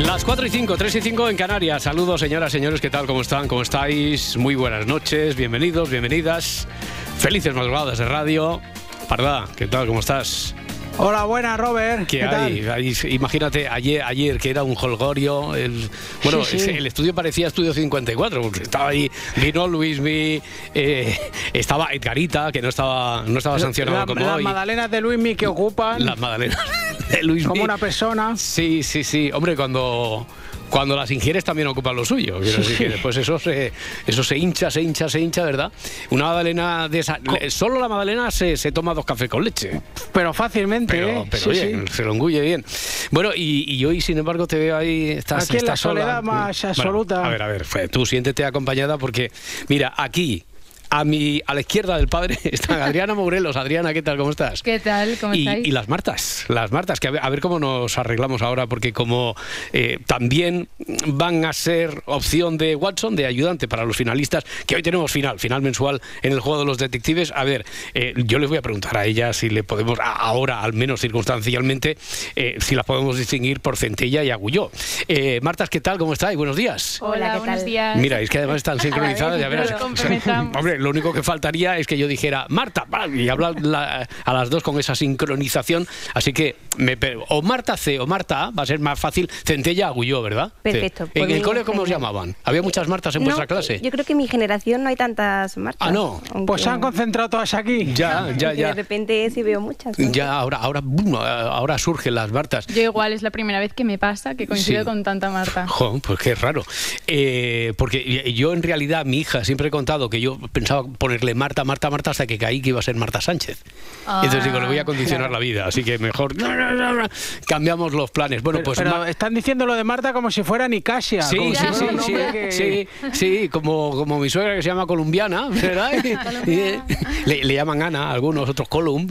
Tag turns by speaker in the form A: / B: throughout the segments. A: Las 4 y 5, 3 y 5 en Canarias. Saludos, señoras, señores, ¿qué tal? ¿Cómo están? ¿Cómo estáis? Muy buenas noches, bienvenidos, bienvenidas. Felices madrugadas de radio. Pardá, ¿qué tal? ¿Cómo estás?
B: Hola, buenas, Robert.
A: ¿Qué,
B: ¿Qué tal?
A: hay? Hay- Imagínate, ayer, ayer que era un holgorio. El, bueno,
B: Sí,
A: es
B: sí.
A: que el estudio parecía estudio 54, porque estaba ahí, vino Luis, mi, eh, estaba Edgarita, que no estaba, no estaba sancionado
B: La-
A: como
B: las
A: hoy.
B: magdalenas de Luismi que ocupan
A: Las magdalenas de Luis
B: como una persona.
A: Sí, sí, sí. Hombre, cuando, cuando las ingieres también ocupan lo suyo. Quiero decir que después eso se, eso se hincha, se hincha, se hincha, ¿verdad? Una magdalena de esa... le- Solo la magdalena se, se toma dos cafés con leche.
B: Pero fácilmente,
A: Pero,
B: ¿eh?
A: pero
B: Sí,
A: oye,
B: sí.
A: se lo engulle bien. Bueno, y, y hoy, sin embargo, te veo ahí... Estás,
B: Aquí en la
A: estás sola.
B: soledad más
A: Bueno,
B: absoluta.
A: a ver, a ver, pues, tú siéntete acompañada porque, mira, aquí... A, mi, a la izquierda del padre está Adriana Morelos. Adriana, ¿qué tal? ¿Cómo estás?
C: ¿Qué tal? ¿Cómo
A: y,
C: estáis?
A: y las Martas, las Martas, que a ver, a ver cómo nos arreglamos ahora, porque como eh, también van a ser opción de Watson, de ayudante para los finalistas, que hoy tenemos final, final mensual en el juego de los detectives. A ver, eh, yo les voy a preguntar a ellas si le podemos, a- ahora al menos circunstancialmente, eh, si las podemos distinguir por Centella y Agulló. Eh, Martas, ¿qué tal? ¿Cómo estáis? Buenos días.
C: Hola,
D: Hola, ¿qué
C: buenos
D: tal?
C: días.
A: Mira, es que además están sincronizadas,
D: ver,
A: ya verás.
C: nos comprometamos.
A: Hombre, lo único que faltaría es que yo dijera Marta pa, y hablar la- a las dos con esa sincronización. Así que me pe- o Marta C o Marta A va a ser más fácil. Centella Agulló, ¿verdad?
D: Perfecto,
A: Sí.
D: por
A: ¿En el
D: mí,
A: cole cómo os
D: genial.
A: llamaban? ¿Había muchas Martas en
D: No,
A: vuestra clase?
D: Yo creo que en mi generación no hay tantas marcas.
A: Ah, no.
D: aunque-
B: Pues se han concentrado todas aquí.
A: Ya,
D: aunque
A: ya,
D: De
A: ya.
D: repente sí veo muchas. ¿no?
A: Ya, ahora, ahora, boom, ahora surgen las Martas.
C: Yo igual es la primera vez que me pasa que coincido
A: Sí.
C: con tanta Marta.
A: Jo, pues qué raro. Eh, porque yo en realidad, mi hija, siempre he contado que yo pensaba ponerle Marta, Marta, Marta, hasta que caí que iba a ser Marta Sánchez.
C: Ah,
A: Entonces digo, le voy a condicionar la vida, así que mejor no, no, no, no, cambiamos los planes. Bueno,
B: Pero,
A: pues
B: pero
A: Mar-
B: están diciendo lo de Marta como si fuera Nicasia.
A: Sí,
B: como si
A: sí, sí,
B: fuera un
A: sí,
B: hombre que-
A: sí, sí, como, como mi suegra que se llama Colombiana, ¿verdad? Y- y- le, le llaman Ana, algunos otros Colum.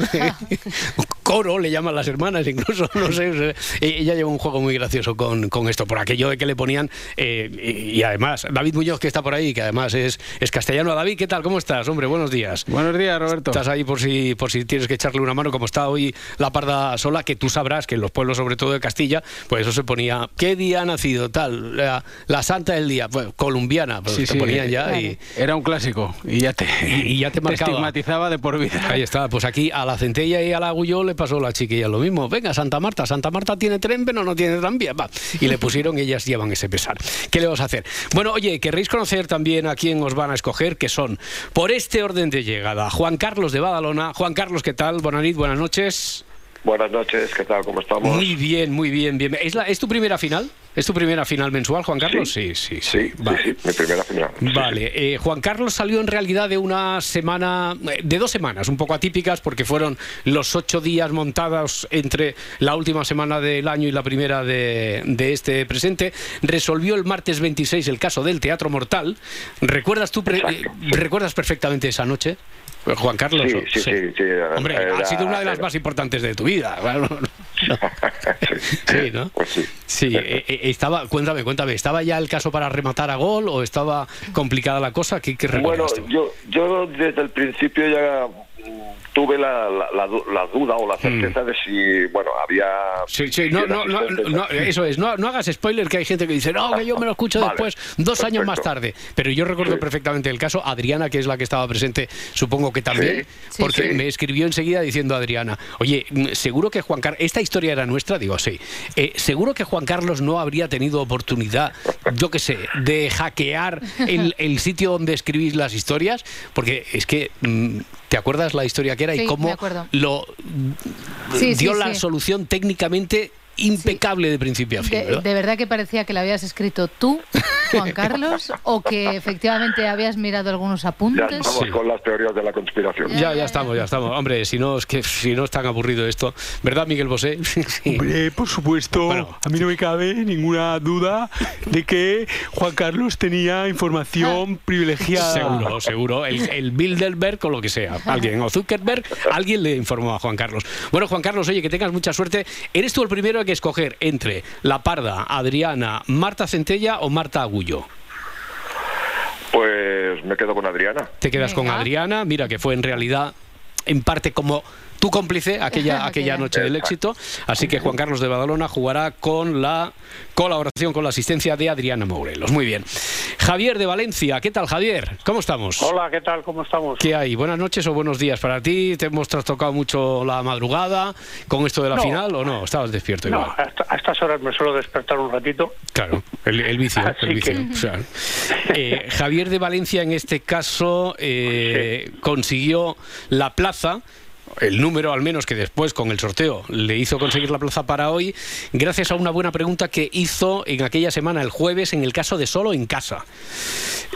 A: Coro le llaman las hermanas, incluso, no sé. o sea, e- Ella lleva un juego muy gracioso con, con esto, por aquello de que le ponían. eh, y, y además, David Muñoz, que está por ahí, que además es, es castellano. David, ¿qué tal? ¿Cómo estás? Hombre, buenos días.
B: Buenos días, Roberto.
A: Estás ahí por si, por si tienes que echarle una mano, como está hoy la parda sola, que tú sabrás que en los pueblos, sobre todo de Castilla, pues eso se ponía, ¿qué día ha nacido tal? La, la santa del día, pues colombiana, pues
B: Sí,
A: te
B: sí,
A: ponían ya
B: claro.
A: y...
B: Era un clásico y ya te,
A: y ya te marcaba.
B: estigmatizaba de por vida.
A: Ahí está, pues aquí a la centella y al agulló le pasó a la chiquilla lo mismo. Venga, Santa Marta, Santa Marta tiene tren, pero no tiene tranvía. Va. Y le pusieron, ellas llevan ese pesar. ¿Qué le vas a hacer? Bueno, oye, querréis conocer también a quién os van a escoger, que son, por este orden de llegada, Juan Carlos de Badalona. Juan Carlos, ¿qué tal? Buenas noches, buenas noches.
E: Buenas noches, ¿qué tal? ¿Cómo estamos?
A: Muy bien, muy bien, bien. ¿Es, la- ¿Es tu primera final? ¿Es tu primera final mensual, Juan Carlos? Sí, sí, sí.
E: sí, sí,
A: Vale.
E: sí, mi primera final. Sí,
A: Vale, eh, Juan Carlos salió en realidad de una semana, eh, de dos semanas, un poco atípicas, porque fueron los ocho días montados entre la última semana del año y la primera de, de este presente. Resolvió el martes 26 el caso del Teatro Mortal. ¿Recuerdas tú, pre-
E: Exacto.
A: eh, recuerdas perfectamente esa noche? Eh, Juan Carlos.
E: Sí,
A: ¿no?
E: sí, sí, sí, era-
A: Hombre, ha
E: era-
A: sido una de las
E: era-
A: más importantes de tu vida. claro.
E: sí.
A: Sí, ¿no?
E: Pues sí.
A: Sí, eh, eh, estaba, cuéntame, cuéntame, ¿estaba ya el caso para rematar a gol o estaba complicada la cosa? ¿Qué, qué
E: Bueno,
A: recuerdas tú?
E: yo, yo desde el principio ya mm, tuve la, la- la du- la duda o la certeza de si, bueno, había...
A: Hmm. Sí, sí, no,
E: si era
A: no, no,
E: asistente.
A: no, eso es, no, no hagas spoiler que hay gente que dice, no, que yo me lo escucho
E: Vale,
A: después, dos años más
E: perfecto.
A: tarde. Pero yo recuerdo
E: Sí.
A: perfectamente el caso, Adriana, que es la que estaba presente, supongo que también,
E: Sí.
C: Sí,
A: porque
E: sí.
A: me escribió enseguida diciendo Adriana, oye, mm, seguro que Juan Carlos, esta historia era nuestra, digo, sí, Eh, seguro que Juan Carlos no habría tenido oportunidad, yo qué sé, de hackear el, el sitio donde escribís las historias, porque es que... mm, ¿Te acuerdas la historia que era y
C: Sí,
A: cómo
C: me acuerdo.
A: lo
C: Sí, sí,
A: dio la
C: sí.
A: solución técnicamente impecable de principio a fin,
F: De,
A: ¿verdad?
F: de verdad que parecía que la habías escrito tú, Juan Carlos, o que efectivamente habías mirado algunos
E: Ya
F: apuntes.
E: estamos
A: Sí.
E: con las teorías de la conspiración.
A: Ya, ya estamos, ya estamos. Hombre, si no es que si no es tan aburrido esto, ¿verdad, Miguel Bosé? Sí.
G: Hombre, Eh, por supuesto,
A: Bueno.
G: a mí no me cabe ninguna duda de que Juan Carlos tenía
H: Ah.
G: información privilegiada.
A: Seguro, seguro. El, el Bilderberg o lo que sea. Alguien, o Zuckerberg, alguien le informó a Juan Carlos. Bueno, Juan Carlos, oye, que tengas mucha suerte. ¿Eres tú el primero que escoger entre La Parda, Adriana, Marta Centella o Marta Agullo?
E: Pues me quedo con Adriana.
A: Te quedas con
F: Venga.
A: Adriana, mira que fue en realidad en parte como tu cómplice aquella, aquella
F: Aquella.
A: noche del éxito. Así que Juan Carlos de Badalona jugará con la colaboración, con la asistencia de Adriana Morelos. Muy bien. Javier de Valencia, ¿qué tal Javier? ¿Cómo estamos?
H: Hola, ¿qué tal? ¿Cómo estamos?
A: ¿Qué hay? Buenas noches o buenos días para ti. ¿Te hemos trastocado mucho la madrugada con esto de la
H: No.
A: final o no? Estabas despierto
H: No,
A: igual.
H: a, esta- a estas horas me suelo despertar un ratito.
A: Claro, el, el vicio, el
H: Así
A: vicio.
H: que-
A: o sea. Eh, Javier de Valencia en este caso eh, consiguió la plaza, el número al menos que después con el sorteo le hizo conseguir la plaza para hoy, gracias a una buena pregunta que hizo en aquella semana el jueves en el caso de Solo en Casa.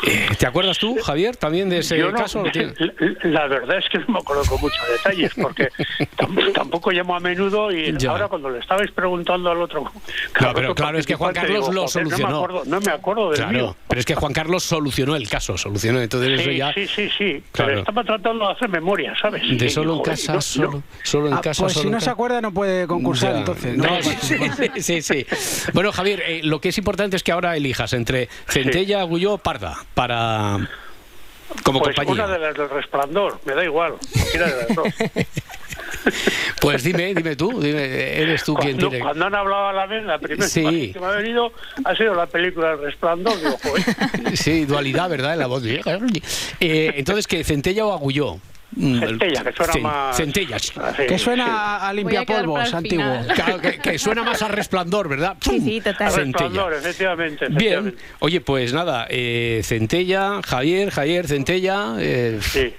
A: Eh, ¿Te acuerdas tú, Javier, también de ese
H: Yo no-
A: caso? ¿Lo tienes?
H: la, la verdad es que no me acuerdo con muchos detalles, porque tam- tampoco llamo a menudo y
A: Ya.
H: ahora cuando le estabais preguntando al otro...
A: No, pero claro, es que Juan
H: participante,
A: Carlos lo
H: "Joder,
A: solucionó".
H: No me acuerdo, no me acuerdo del
A: Claro,
H: mío.
A: pero es que Juan Carlos solucionó el caso, solucionó, entonces eso
H: Sí,
A: ya...
H: sí, sí, sí,
A: Claro.
H: pero estaba tratando de hacer memoria, ¿sabes?
A: De
H: Y,
A: solo en
H: joder, no-
A: casa,
H: no-
A: solo, solo en
B: Ah,
A: casa,
B: pues
A: solo
B: si
A: en
B: no
A: casa.
B: se acuerda no puede concursar
A: Ya.
B: entonces.
A: No,
B: ¿no?
A: sí, sí, sí, sí. Bueno, Javier, eh, lo que es importante es que ahora elijas entre Centella, Agulló o Parda para como
H: Pues
A: compañía.
H: una de las del resplandor, me da igual, cualquiera de las dos.
A: Pues dime, dime tú, dime, eres tú quien
H: cuando,
A: tiene.
H: cuando han hablado a la vez, la primera
A: Sí.
H: imagen que me ha venido ha sido la película El Resplandor. Digo, joder,
A: Sí, dualidad, ¿verdad? En la voz. Eh, entonces, ¿qué? ¿Centella o Agulló? Mm,
H: Centella, que suena
A: Cen-
H: más-
A: Centella, sí.
H: así,
B: Que
H: sí.
B: suena a- a limpiapolvos
C: para el
B: antiguo.
C: final.
A: Claro, que, que suena más a resplandor, ¿verdad?
D: Sí, sí, total.
H: El
A: Centella.
H: Resplandor, efectivamente.
A: Bien,
H: efectivamente.
A: oye, pues nada, eh, Centella, Javier, Javier, Centella, eh,
H: Sí.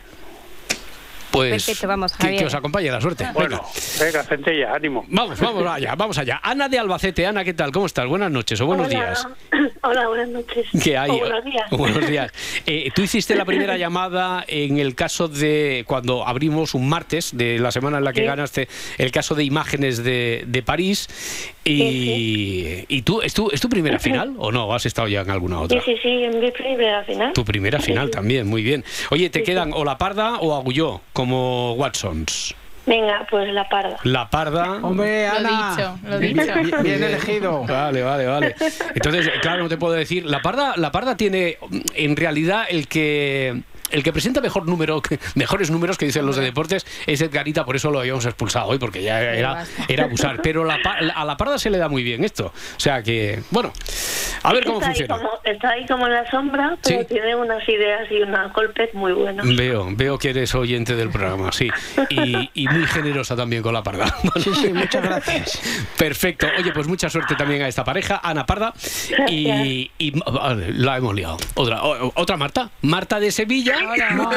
A: Pues
D: Perfecto, vamos,
A: que, que
D: Javier.
A: os acompañe la suerte.
H: Bueno,
A: Venga.
H: venga, Centella, ánimo.
A: Vamos, vamos allá, vamos allá. Ana de Albacete, Ana, ¿qué tal? ¿Cómo estás? Buenas noches o buenos
I: Hola.
A: días.
I: Hola, buenas noches.
A: ¿Qué hay?
I: O buenos días.
A: Buenos días. Eh, tú hiciste la primera llamada en el caso de cuando abrimos un martes de la semana en la que
I: Sí.
A: ganaste el caso de imágenes de, de París. Y, y tú, ¿es tu, ¿es tu primera final o no? ¿Has estado ya en alguna
I: Sí,
A: otra?
I: sí, sí, en mi primera final.
A: Tu primera final
I: Sí, sí.
A: también, muy bien. Oye, ¿te
I: Sí, sí.
A: quedan o la parda o agulló como Watsons?
I: Venga, pues la parda.
A: La parda.
B: Hombre,
C: Lo
B: Ana.
C: dicho, lo
B: bien-
C: dicho.
B: bien- Bien elegido.
A: Vale, vale, vale. Entonces, claro, no te puedo decir. La parda, la parda tiene, en realidad, el que el que presenta mejor número, que- mejores números que dicen los de deportes es Edgarita, por eso lo habíamos expulsado hoy, porque ya era,
C: basta.
A: era abusar. Pero la pa- a la parda se le da muy bien esto. O sea que, bueno, a ver cómo
I: está,
A: funciona.
I: Ahí como, está ahí como en la sombra, pero
A: Sí.
I: tiene unas ideas y unos golpes muy buenos.
A: Veo, veo que eres oyente del programa, sí. Y, y muy generosa también con la parda.
B: Sí, sí, muchas gracias.
A: Perfecto. Oye, pues mucha suerte también a esta pareja, Ana Parda. Y, y- vale, la hemos liado. Otra, o- otra Marta. Marta de Sevilla.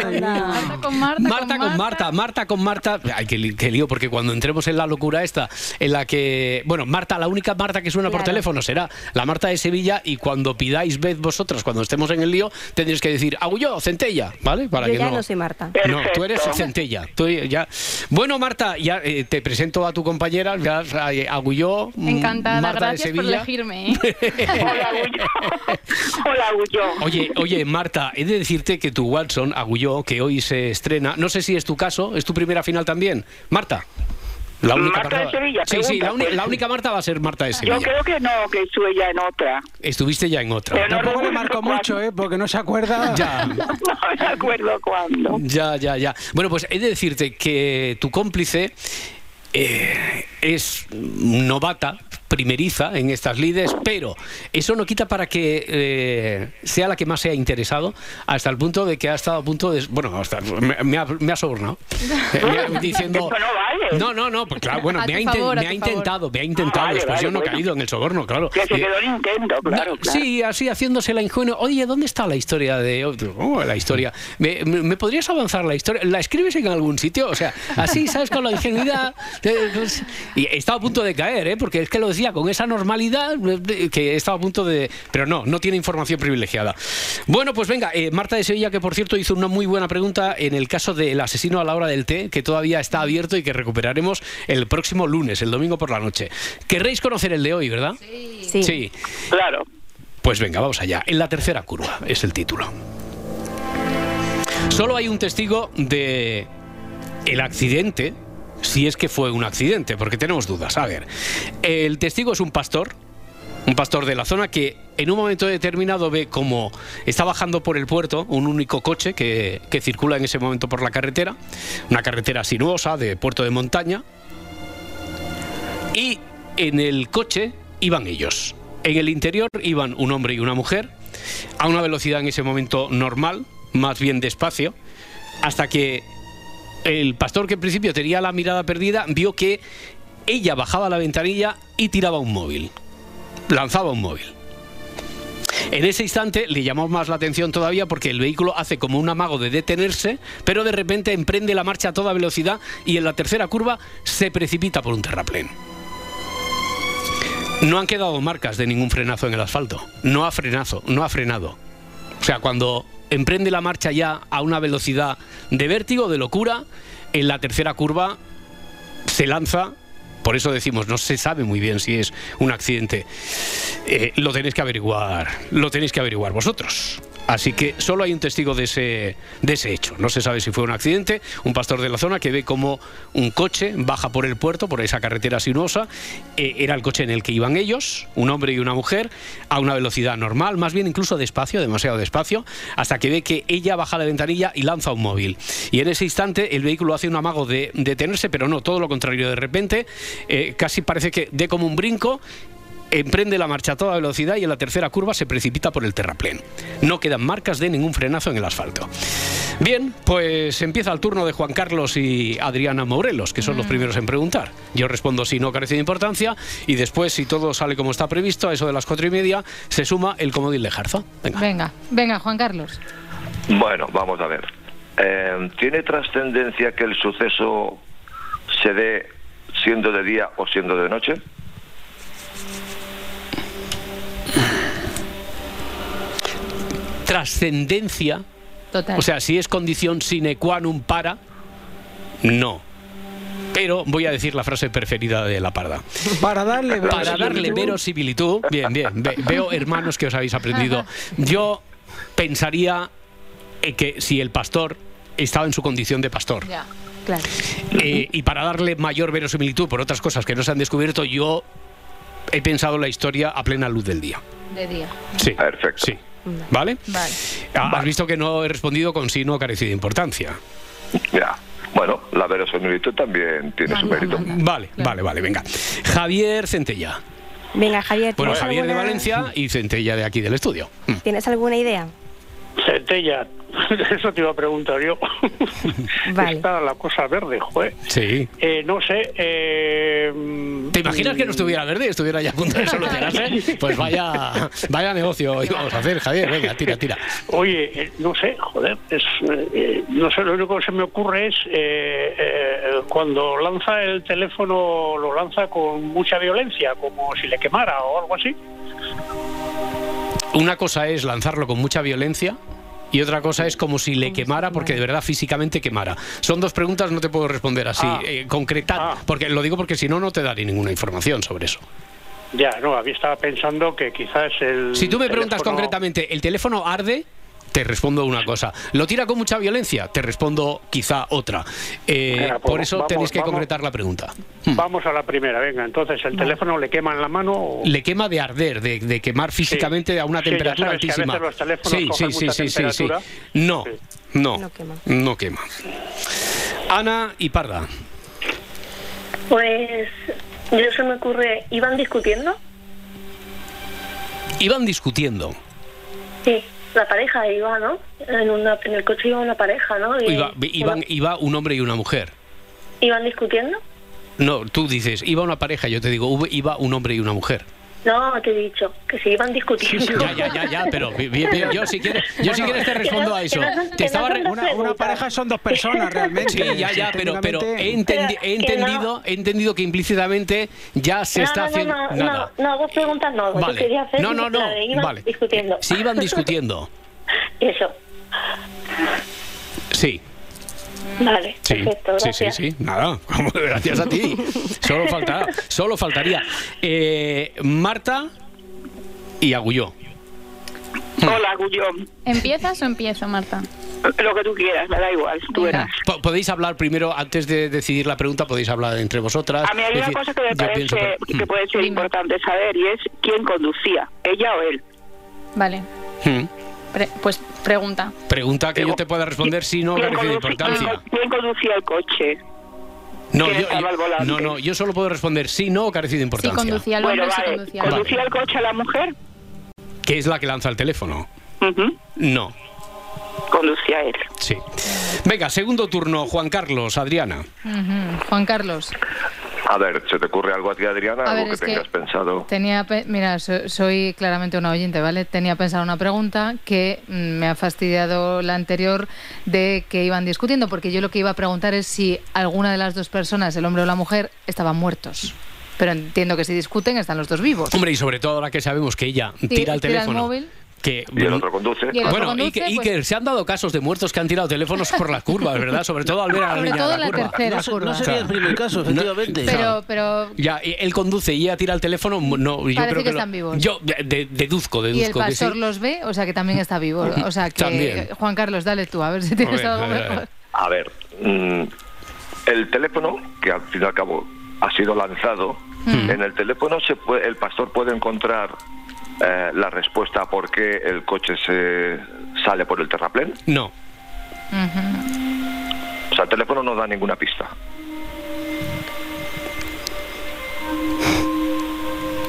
C: Marta con Marta.
A: Marta con Marta, Marta con Marta. Ay, qué, li- qué lío, porque cuando entremos en la locura esta, en la que. Bueno, Marta, la única Marta que suena por
C: Claro.
A: teléfono será la Marta de Sevilla. Y cuando pidáis vez vosotras, cuando estemos en el lío, tendréis que decir agullo, centella, ¿vale? Para
D: Yo
A: que
D: ya
A: no
D: no soy Marta.
A: no, tú eres centella. tú ya- Bueno, Marta, ya eh, te presento a tu compañera, ya, eh, Agulló. mm,
C: Encantada,
A: Marta
C: gracias
A: de
C: por
A: Sevilla.
C: elegirme. ¿eh?
I: Hola, Gullo. Hola, Gullo.
A: Oye, oye, Marta, he de decirte que tu Watson, Agulló, que hoy se estrena, no sé si es tu caso, es tu primera final también. Marta. La
I: Marta de
A: Marta-
I: Sevilla,
A: Sí, sí,
I: pregunta,
A: la, uni-
I: pues.
A: la única Marta va a ser Marta de Sevilla.
I: que no, que estuve ya en otra.
A: Estuviste ya en otra.
I: Pero no
B: Tampoco le
I: recuerdo
B: marco
I: cuál.
B: mucho, ¿eh? Porque no se acuerda.
A: Ya,
I: No me acuerdo cuándo.
A: ya, ya, ya. Bueno, pues he de decirte que tu cómplice eh, es novata, primeriza en estas lides, pero eso no quita para que eh, sea la que más se ha interesado, hasta el punto de que ha estado a punto de... Bueno, hasta- me, me ha, me ha sobornado. Eh, me ha- diciendo...
I: Eso no vale.
A: No, no, no, pues claro, bueno,
C: A
A: me
C: tu
A: ha, inten-
C: favor, a
A: me ha
C: tu favor.
A: intentado, me ha intentado,
I: Ah, vale,
A: después
I: vale,
A: yo no he
I: bueno.
A: caído en el soborno, claro.
I: Que se
A: Y-
I: quedó el intento, claro.
A: no, Sí, así haciéndose la ingenua. Oye, ¿dónde está la historia de.? Oh, la historia. ¿Me, me, me podrías avanzar la historia? ¿La escribes en algún sitio? O sea, así, ¿sabes? Con la ingenuidad. eh, pues, y estaba a punto de caer, ¿eh? Porque es que lo decía con esa normalidad eh, que estaba a punto de... Pero no, no tiene información privilegiada. Bueno, pues venga, eh, Marta de Sevilla, que por cierto hizo una muy buena pregunta en el caso del asesino a la hora del té, que todavía está abierto y que recuperaremos el próximo lunes, el domingo por la noche. Querréis conocer el de hoy, ¿verdad?
D: Sí.
A: Sí.
I: Claro.
A: Pues venga, vamos allá. En la tercera curva es el título. Solo hay un testigo de el accidente, si es que fue un accidente, porque tenemos dudas. A ver, el testigo es un pastor, un pastor de la zona que en un momento determinado ve como está bajando por el puerto un único coche que, que circula en ese momento por la carretera, una carretera sinuosa de puerto de montaña, y en el coche iban ellos. En el interior iban un hombre y una mujer, a una velocidad en ese momento normal, más bien despacio, hasta que el pastor que en principio tenía la mirada perdida vio que ella bajaba la ventanilla y tiraba un móvil, lanzaba un móvil. En ese instante le llamó más la atención todavía porque el vehículo hace como un amago de detenerse, pero de repente emprende la marcha a toda velocidad y en la tercera curva se precipita por un terraplén. No han quedado marcas de ningún frenazo en el asfalto. No ha frenazo, no ha frenado. O sea, cuando emprende la marcha ya a una velocidad de vértigo, de locura, en la tercera curva se lanza. Por eso decimos, no se sabe muy bien si es un accidente. Eh, lo tenéis que averiguar, lo tenéis que averiguar vosotros. Así que solo hay un testigo de ese, de ese hecho. No se sabe si fue un accidente, un pastor de la zona que ve como un coche baja por el puerto, por esa carretera sinuosa. Eh, era el coche en el que iban ellos, un hombre y una mujer, a una velocidad normal, más bien incluso despacio, demasiado despacio, hasta que ve que ella baja la ventanilla y lanza un móvil. Y en ese instante el vehículo hace un amago de detenerse, pero no, todo lo contrario. De repente, eh, casi parece que dé como un brinco emprende la marcha a toda velocidad y en la tercera curva se precipita por el terraplén. No quedan marcas de ningún frenazo en el asfalto. Bien, pues empieza el turno de Juan Carlos y Adriana Morelos, que son los primeros en preguntar. Yo respondo si no carece de importancia y después, si todo sale como está previsto, a eso de las cuatro y media, se suma el comodín de Jarza. Venga.
F: Venga, venga, Juan Carlos.
E: Bueno, vamos a ver. Eh, ¿Tiene trascendencia que el suceso se dé siendo de día o siendo de noche?
A: Trascendencia,
F: Total.
A: o sea, si es condición sine qua non para, no. Pero voy a decir la frase preferida de la parda.
B: Para darle
A: Para darle verosimilitud, bien, bien, ve- veo hermanos que os habéis aprendido. Yo pensaría eh, que si el pastor estaba en su condición de pastor
F: Ya.
D: Claro.
A: eh, y para darle mayor verosimilitud por otras cosas que no se han descubierto, yo he pensado la historia a plena luz del día.
F: De día.
A: Sí.
E: Perfecto.
A: Sí. ¿Vale?
F: Vale.
A: Ah, Has visto que no he respondido con sí no carecido de importancia.
E: Ya. Bueno, la verosimilitud también tiene su mérito.
A: Vale, vale, vale, venga. Javier Centella.
D: Venga, Javier.
A: Bueno,
D: ¿tienes
A: Javier de
D: alguna- Mm.
A: Valencia y Centella de aquí del estudio.
D: ¿Tienes alguna idea?
H: Centella, eso te iba a preguntar yo.
D: Vale.
H: Está la cosa verde, joder.
A: Sí.
H: Eh, no sé. eh,
A: ¿Te imaginas que no estuviera verde? Estuviera ya a punto de solucionarse. Pues vaya, vaya negocio hoy vamos a hacer, Javier. Venga, tira, tira.
H: Oye, eh, no sé, joder, es, eh, eh, no sé, lo único que se me ocurre es eh, eh, cuando lanza el teléfono, lo lanza con mucha violencia, como si le quemara o algo así.
A: Una cosa es lanzarlo con mucha violencia. Y otra cosa es como si le quemara, porque de verdad físicamente quemara. Son dos preguntas, no te puedo responder así.
H: Ah.
A: eh, concretad,
H: Ah.
A: porque lo digo porque si no, no te daré ninguna información sobre eso.
H: Ya, no, había estaba pensando que quizás el.
A: Si tú me preguntas
H: teléfono-
A: concretamente, ¿el teléfono arde? Te respondo una cosa. ¿Lo tira con mucha violencia? Te respondo quizá otra. Eh,
H: Venga, pues
A: por eso
H: vamos,
A: tenéis que
H: vamos.
A: concretar la pregunta.
H: Vamos a la primera, venga, entonces el teléfono le quema en la mano. o-
A: Le quema de arder, de, de quemar físicamente a una
H: Sí, ya sabes que
A: temperatura
H: a veces
A: altísima.
H: los teléfonos cogen mucha temperatura.
A: No, no,
D: No quema.
A: no quema. Ana y Parda.
J: Pues yo se me ocurre, ¿iban discutiendo?
A: Iban discutiendo.
J: Sí, la pareja iba, ¿no? En, una, en el coche iba una pareja, ¿no? Y-
A: Iba, iban, iba un hombre y una mujer.
J: ¿Iban discutiendo?
A: No, tú dices, iba una pareja, yo te digo, "Hub- iba un hombre y una mujer.
J: No, te he dicho que se iban discutiendo.
A: Ya, ya, ya, ya, pero bi- bi- bi- yo si quieres, yo si
B: Bueno,
A: quieres te respondo a eso.
J: que no son- que
A: Te
J: no
A: estaba
J: son
A: re-
J: dos
B: Una, una pareja son dos personas realmente.
A: Sí, ya, ya, pero, pero he, entendi- he
J: Pero que no.
A: entendido, he entendido que implícitamente ya se
J: no,
A: está
J: no,
A: haciendo
J: no, no,
A: nada.
J: no, no, vos preguntas no, yo
A: Vale.
J: quería hacer
A: No, no, no,
J: la de iban
A: vale.
J: discutiendo.
A: Se iban discutiendo.
J: Eso,
A: Sí.
J: vale,
A: Sí,
J: perfecto,
A: sí,
J: gracias.
A: sí, sí, nada, gracias a ti. Solo faltará, solo faltaría. Eh, Marta y Agulló. Hmm.
I: Hola, Agullón.
C: ¿Empiezas o empiezo, Marta?
I: Lo que tú quieras, me da igual. Tú verás.
A: Po- Podéis hablar primero, antes de decidir la pregunta, podéis hablar entre vosotras.
I: A mí hay una
A: Decir,
I: cosa que me
A: yo pienso
I: parece
A: que- Mm.
I: que puede ser importante saber y es quién conducía, ella o él.
C: Vale,
A: Mm.
C: pre- pues pregunta.
A: Pregunta que yo te pueda responder si no
I: ¿Quién,
A: merece
I: conducía-
A: importancia.
I: quién- quién conducía el coche?
A: No,
I: ¿Quién
A: yo,
I: estaba al volante?
A: no, no, yo solo puedo responder sí, no o carece de importancia.
I: bueno, vale. ¿Conducía
A: Vale.
I: el coche la mujer?
A: Que es la que lanza el teléfono.
I: Ujú.
A: No,
I: Conducía él.
A: sí. Venga, segundo turno, Juan Carlos, Adriana.
F: Ujú. Juan Carlos,
E: A ver, ¿se te ocurre algo a ti, Adriana?
F: A
E: Algo
F: ver,
E: que
F: es que-
E: tengas pensado.
F: tenía. pe- Mira, so- soy claramente una oyente, ¿vale? Tenía pensada una pregunta que mm, me ha fastidiado la anterior de que iban discutiendo, porque yo lo que iba a preguntar es si alguna de las dos personas, el hombre o la mujer, estaban muertos. Pero entiendo que si discuten están los dos vivos.
A: Hombre, y sobre todo ahora que sabemos que ella tira, el teléfono.
F: móvil.
A: que,
E: Y el otro conduce.
F: Y el otro
A: bueno,
F: conduce,
A: Iker,
F: pues-
A: Iker, se han dado casos de muertos que han tirado teléfonos por las curvas, ¿verdad? Sobre todo al ver a la
F: Sobre
A: niña
F: todo
A: de
F: en
A: la
F: la
A: curva.
F: tercera
K: No se- no
F: curva.
K: sería el primer caso,
A: No,
K: efectivamente.
F: Pero, pero
A: Ya, y él conduce y ella tira el teléfono. No, yo
F: Parece
A: creo que,
F: que
A: lo-
F: están vivos.
A: Yo de- de- deduzco, deduzco
F: Y el
A: que sí.
F: pastor los ve, o sea que también está vivo. O sea que,
A: También.
F: Juan Carlos, dale tú, a ver si tienes
E: ver,
F: algo
E: a ver, a
F: mejor.
E: A ver, mm, el teléfono, que al fin y al cabo ha sido lanzado,
F: Mm.
E: en el teléfono se puede, el pastor puede encontrar eh, la respuesta a por qué el coche se sale por el terraplén.
A: No.
E: O sea, el teléfono no da ninguna pista.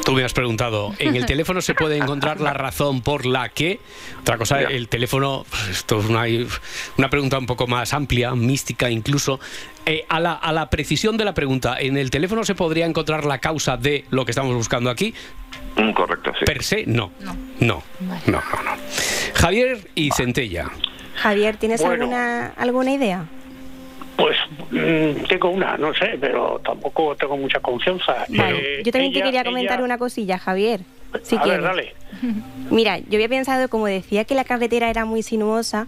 A: Tú me has preguntado, en el teléfono se puede encontrar la razón por la que. Otra cosa, el teléfono, pues, esto es una, una pregunta un poco más amplia, mística incluso. Eh, a, la, a la precisión de la pregunta, ¿en el teléfono se podría encontrar la causa de lo que estamos buscando aquí?
E: Mm, correcto, sí.
A: Per se, no. No, no, no, no. Javier y Centella.
D: Javier, ¿tienes
H: Bueno.
D: alguna, alguna idea?
H: Pues mm, tengo una, no sé, pero tampoco tengo mucha confianza. Eh,
D: Yo también te
H: ella-
D: quería comentar
H: ella-
D: una cosilla, Javier. Si
H: a
D: quieres.
H: ver, dale.
D: Mira, yo había pensado, como decía que la carretera era muy sinuosa,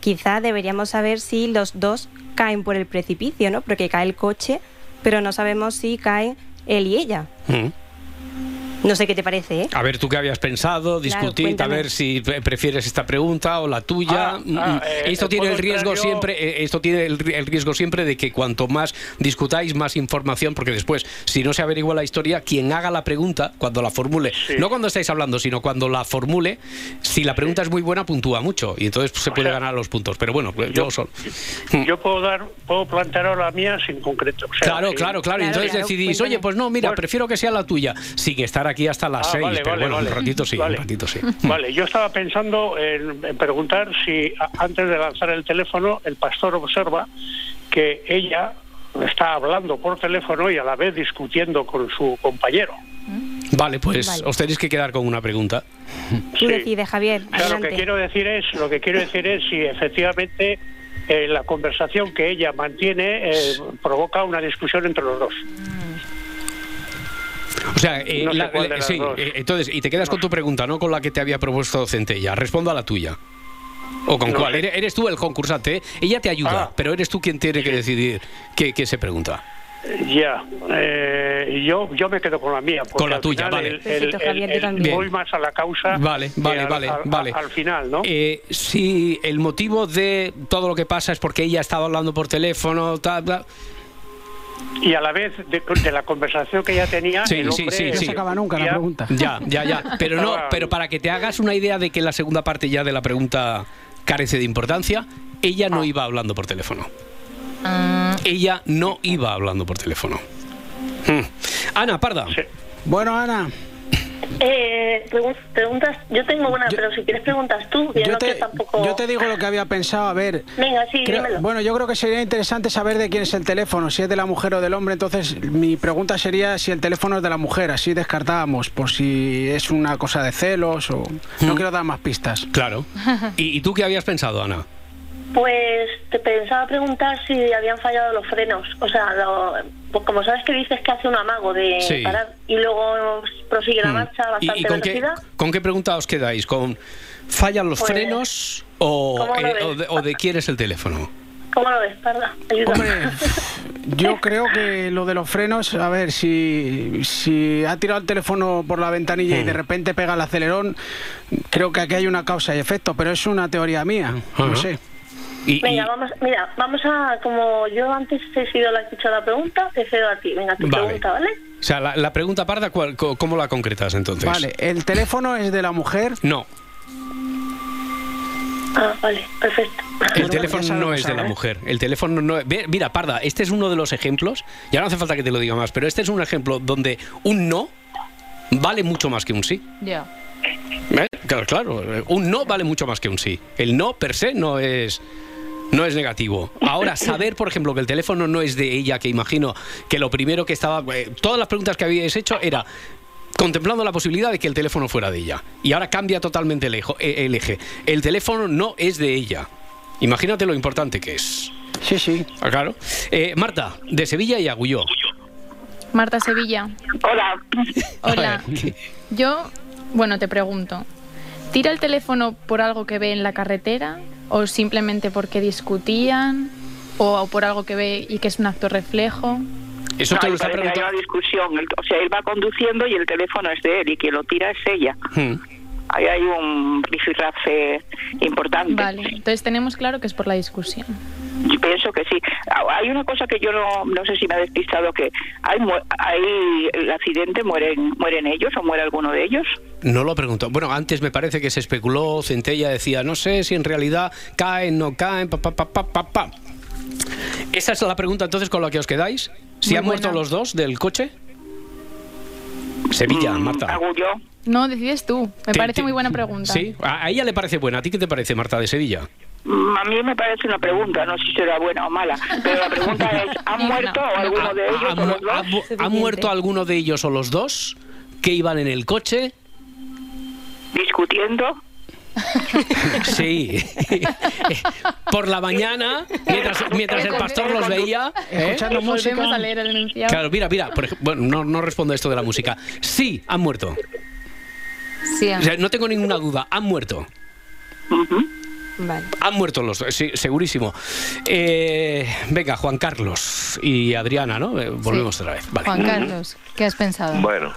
D: quizá deberíamos saber si los dos caen por el precipicio, ¿no? Porque cae el coche, pero no sabemos si caen él y ella.
A: Mm.
D: No sé qué te parece, ¿eh?
A: A ver, tú qué habías pensado, discutid, a
D: cuéntame.
A: ver si pre- prefieres esta pregunta o la tuya.
H: Ah,
A: Mm,
H: ah,
A: mm.
H: eh,
A: esto
H: eh,
A: tiene
H: puedo
A: el
H: entrar
A: riesgo
H: yo.
A: siempre, eh, esto tiene el, ri- el riesgo siempre de que cuanto más discutáis, más información, porque después, si no se averigua la historia, quien haga la pregunta cuando la formule, no cuando estáis hablando, sino cuando la formule, si la pregunta es muy buena, puntúa mucho y entonces se puede ganar los puntos. Pero bueno, yo, solo. Hmm.
H: Yo puedo dar, puedo plantear ahora la mía sin concreto. o sea,
A: Claro,
H: sin-
A: Oh, claro, claro. Y entonces decidís, oye, pues no, mira, prefiero que sea la tuya, sin estar aquí hasta las
H: Ah,
A: seis.
H: vale,
A: pero
H: vale,
A: bueno, un
H: vale.
A: ratito sí, un ratito sí.
H: Vale, yo estaba pensando en, en preguntar si a- antes de lanzar el teléfono el pastor observa que ella está hablando por teléfono y a la vez discutiendo con su compañero.
A: Vale, pues
D: Vale.
A: os tenéis que quedar con una pregunta.
D: Tú decides, Javier.
H: O sea, lo que
D: adelante.
H: quiero decir es, lo que quiero decir es si efectivamente eh, la conversación que ella mantiene eh, provoca una discusión entre los dos.
A: O sea, eh,
H: No sé
A: la-
H: cuál de
A: la-
H: las
A: sí,
H: dos.
A: eh, entonces, y te quedas con tu pregunta, no con la que te había propuesto Centella. Respondo a la tuya. ¿O con
H: No
A: cuál?
H: sé. Ah.
A: Eres, eres tú el concursante, ¿eh? Ella te ayuda, pero eres tú quien tiene que decidir qué, qué se pregunta.
H: Ya, eh, yo, yo me quedo con la mía. porque
A: Con la
H: al
A: tuya,
H: final
A: vale.
H: el- el-
A: Perfecto,
H: el-
A: Javier, yo
H: el-
A: también.
H: voy más a la causa.
A: Vale,
H: que
A: vale,
H: al-
A: vale,
H: al-
A: vale.
H: Al final, ¿no?
A: Eh, si el motivo de todo lo que pasa es porque ella estaba hablando por teléfono, tal, tal.
H: Y a la vez de, de la conversación que ya tenía,
A: Sí,
H: el
A: sí,
H: hombre,
A: sí, No sí. se acaba
B: nunca la
H: ya-
B: pregunta.
A: Ya, ya, ya. Pero no, pero para que te hagas una idea de que la segunda parte ya de la pregunta carece de importancia, ella no iba hablando por teléfono. Ella no iba hablando por teléfono. Mm. Ana, Hmm. parda.
B: Bueno, Ana,
J: Eh, pregun- preguntas, yo tengo una, pero si quieres preguntas tú, yo, no
B: Yo
J: que
B: te,
J: tampoco...
B: yo te digo lo que había pensado, a ver.
J: Venga, sí,
B: creo-
J: dímelo.
B: bueno, yo creo que sería interesante saber de quién es el teléfono, si es de la mujer o del hombre. Entonces, mi pregunta sería si el teléfono es de la mujer, así descartábamos, por si es una cosa de celos o. No quiero dar más pistas.
A: Hmm. Claro. ¿Y, y tú qué habías pensado, Ana?
J: Pues te pensaba preguntar si habían fallado los frenos. O sea, lo- pues como sabes que dices que hace un amago de
A: Sí.
J: parar y luego prosigue la
A: Mm.
J: marcha a
A: ¿Y,
J: bastante
A: y con, qué,
J: velocidad.
A: con qué pregunta os quedáis? ¿Con fallan los
J: Pues,
A: frenos o,
J: ¿cómo lo
A: eh,
J: ves?
A: o de, o de quién es el teléfono?
J: ¿Cómo lo ves, Parda? Ayuda.
B: Yo creo que lo de los frenos, a ver, si, si ha tirado el teléfono por la ventanilla y
A: Hmm.
B: de repente pega el acelerón, creo que aquí hay una causa y efecto, pero es una teoría mía, no
A: Ajá.
B: sé.
J: Venga, vamos, mira, vamos a, como yo antes he sido la que he hecho la pregunta, te cedo a ti. Venga, tu
A: Vale.
J: pregunta, ¿vale?
A: O sea, la, la pregunta parda, ¿cuál- co- ¿cómo la concretas entonces?
B: Vale, ¿el teléfono es de la mujer?
A: No,
J: Ah, vale, perfecto.
A: el teléfono no es de
B: ¿eh?
A: la mujer. El teléfono no es- Ve- Mira, parda, este es uno de los ejemplos. Ya no hace falta que te lo diga más, pero este es un ejemplo donde un no vale mucho más que un sí.
F: Ya.
A: ¿Eh? Claro, claro, eh, un no vale mucho más que un sí. El no per se no es no es negativo. Ahora saber, por ejemplo, que el teléfono no es de ella, que imagino que lo primero que estaba eh, todas las preguntas que habíais hecho era contemplando la posibilidad de que el teléfono fuera de ella. Y ahora cambia totalmente el, ejo- eh, el eje. El teléfono no es de ella. Imagínate lo importante que es.
B: Sí, sí.
A: Claro. Eh, Marta, de Sevilla y Agulló.
C: Marta Sevilla.
I: Hola.
C: Hola. Yo, bueno, te pregunto. ¿Tira el teléfono por algo que ve en la carretera? ¿O simplemente porque discutían? ¿O por algo que ve y que es un acto reflejo?
I: No, me parece que hay una discusión. El- O sea, él va conduciendo y el teléfono es de él y quien lo tira es ella.
A: Eh, mm.
I: Ahí hay un rifirrafe importante.
C: Vale, entonces tenemos claro que es por la discusión.
I: Yo pienso que sí. Ah, Hay una cosa que yo no, no sé si me ha despistado, que hay, mu- hay el accidente, mueren, mueren ellos o muere alguno de ellos.
A: No lo pregunto. Bueno, antes me parece que se especuló, Centella decía, no sé si en realidad caen, no caen, pa, pa, pa, pa, pa, pa. Esa es la pregunta entonces con la que os quedáis. ¿Si
C: Muy
A: han muerto
C: buena.
A: los dos del coche? Sevilla, Marta.
C: No, decides tú. Me
A: Te-
C: parece
A: te-
C: muy buena pregunta.
A: Sí, a a ella le parece buena. ¿A ti qué te parece, Marta, de Sevilla?
I: Mm, A mí me parece una pregunta, no sé si será buena o mala, pero la pregunta es, ¿han muerto alguno de ellos?
A: ¿Ha,
I: o
A: mu-
I: los dos?
A: ha mu- ha muerto alguno de ellos o los dos? ¿Que iban en el coche?
I: ¿Discutiendo?
A: Sí. Por la mañana, mientras, mientras el pastor los veía. ¿eh?
C: Volvemos a leer el enunciado.
A: Claro, mira, mira, por ej- bueno, no, no respondo a esto de la música. Sí, han muerto.
F: Sí,
A: O sea, no tengo ninguna duda, han muerto.
D: Vale.
A: Han muerto los dos, sí, segurísimo. Eh, venga, Juan Carlos y Adriana, ¿no? Eh, volvemos otra vez. Vale.
F: Juan Carlos, ¿qué has pensado?
A: Bueno.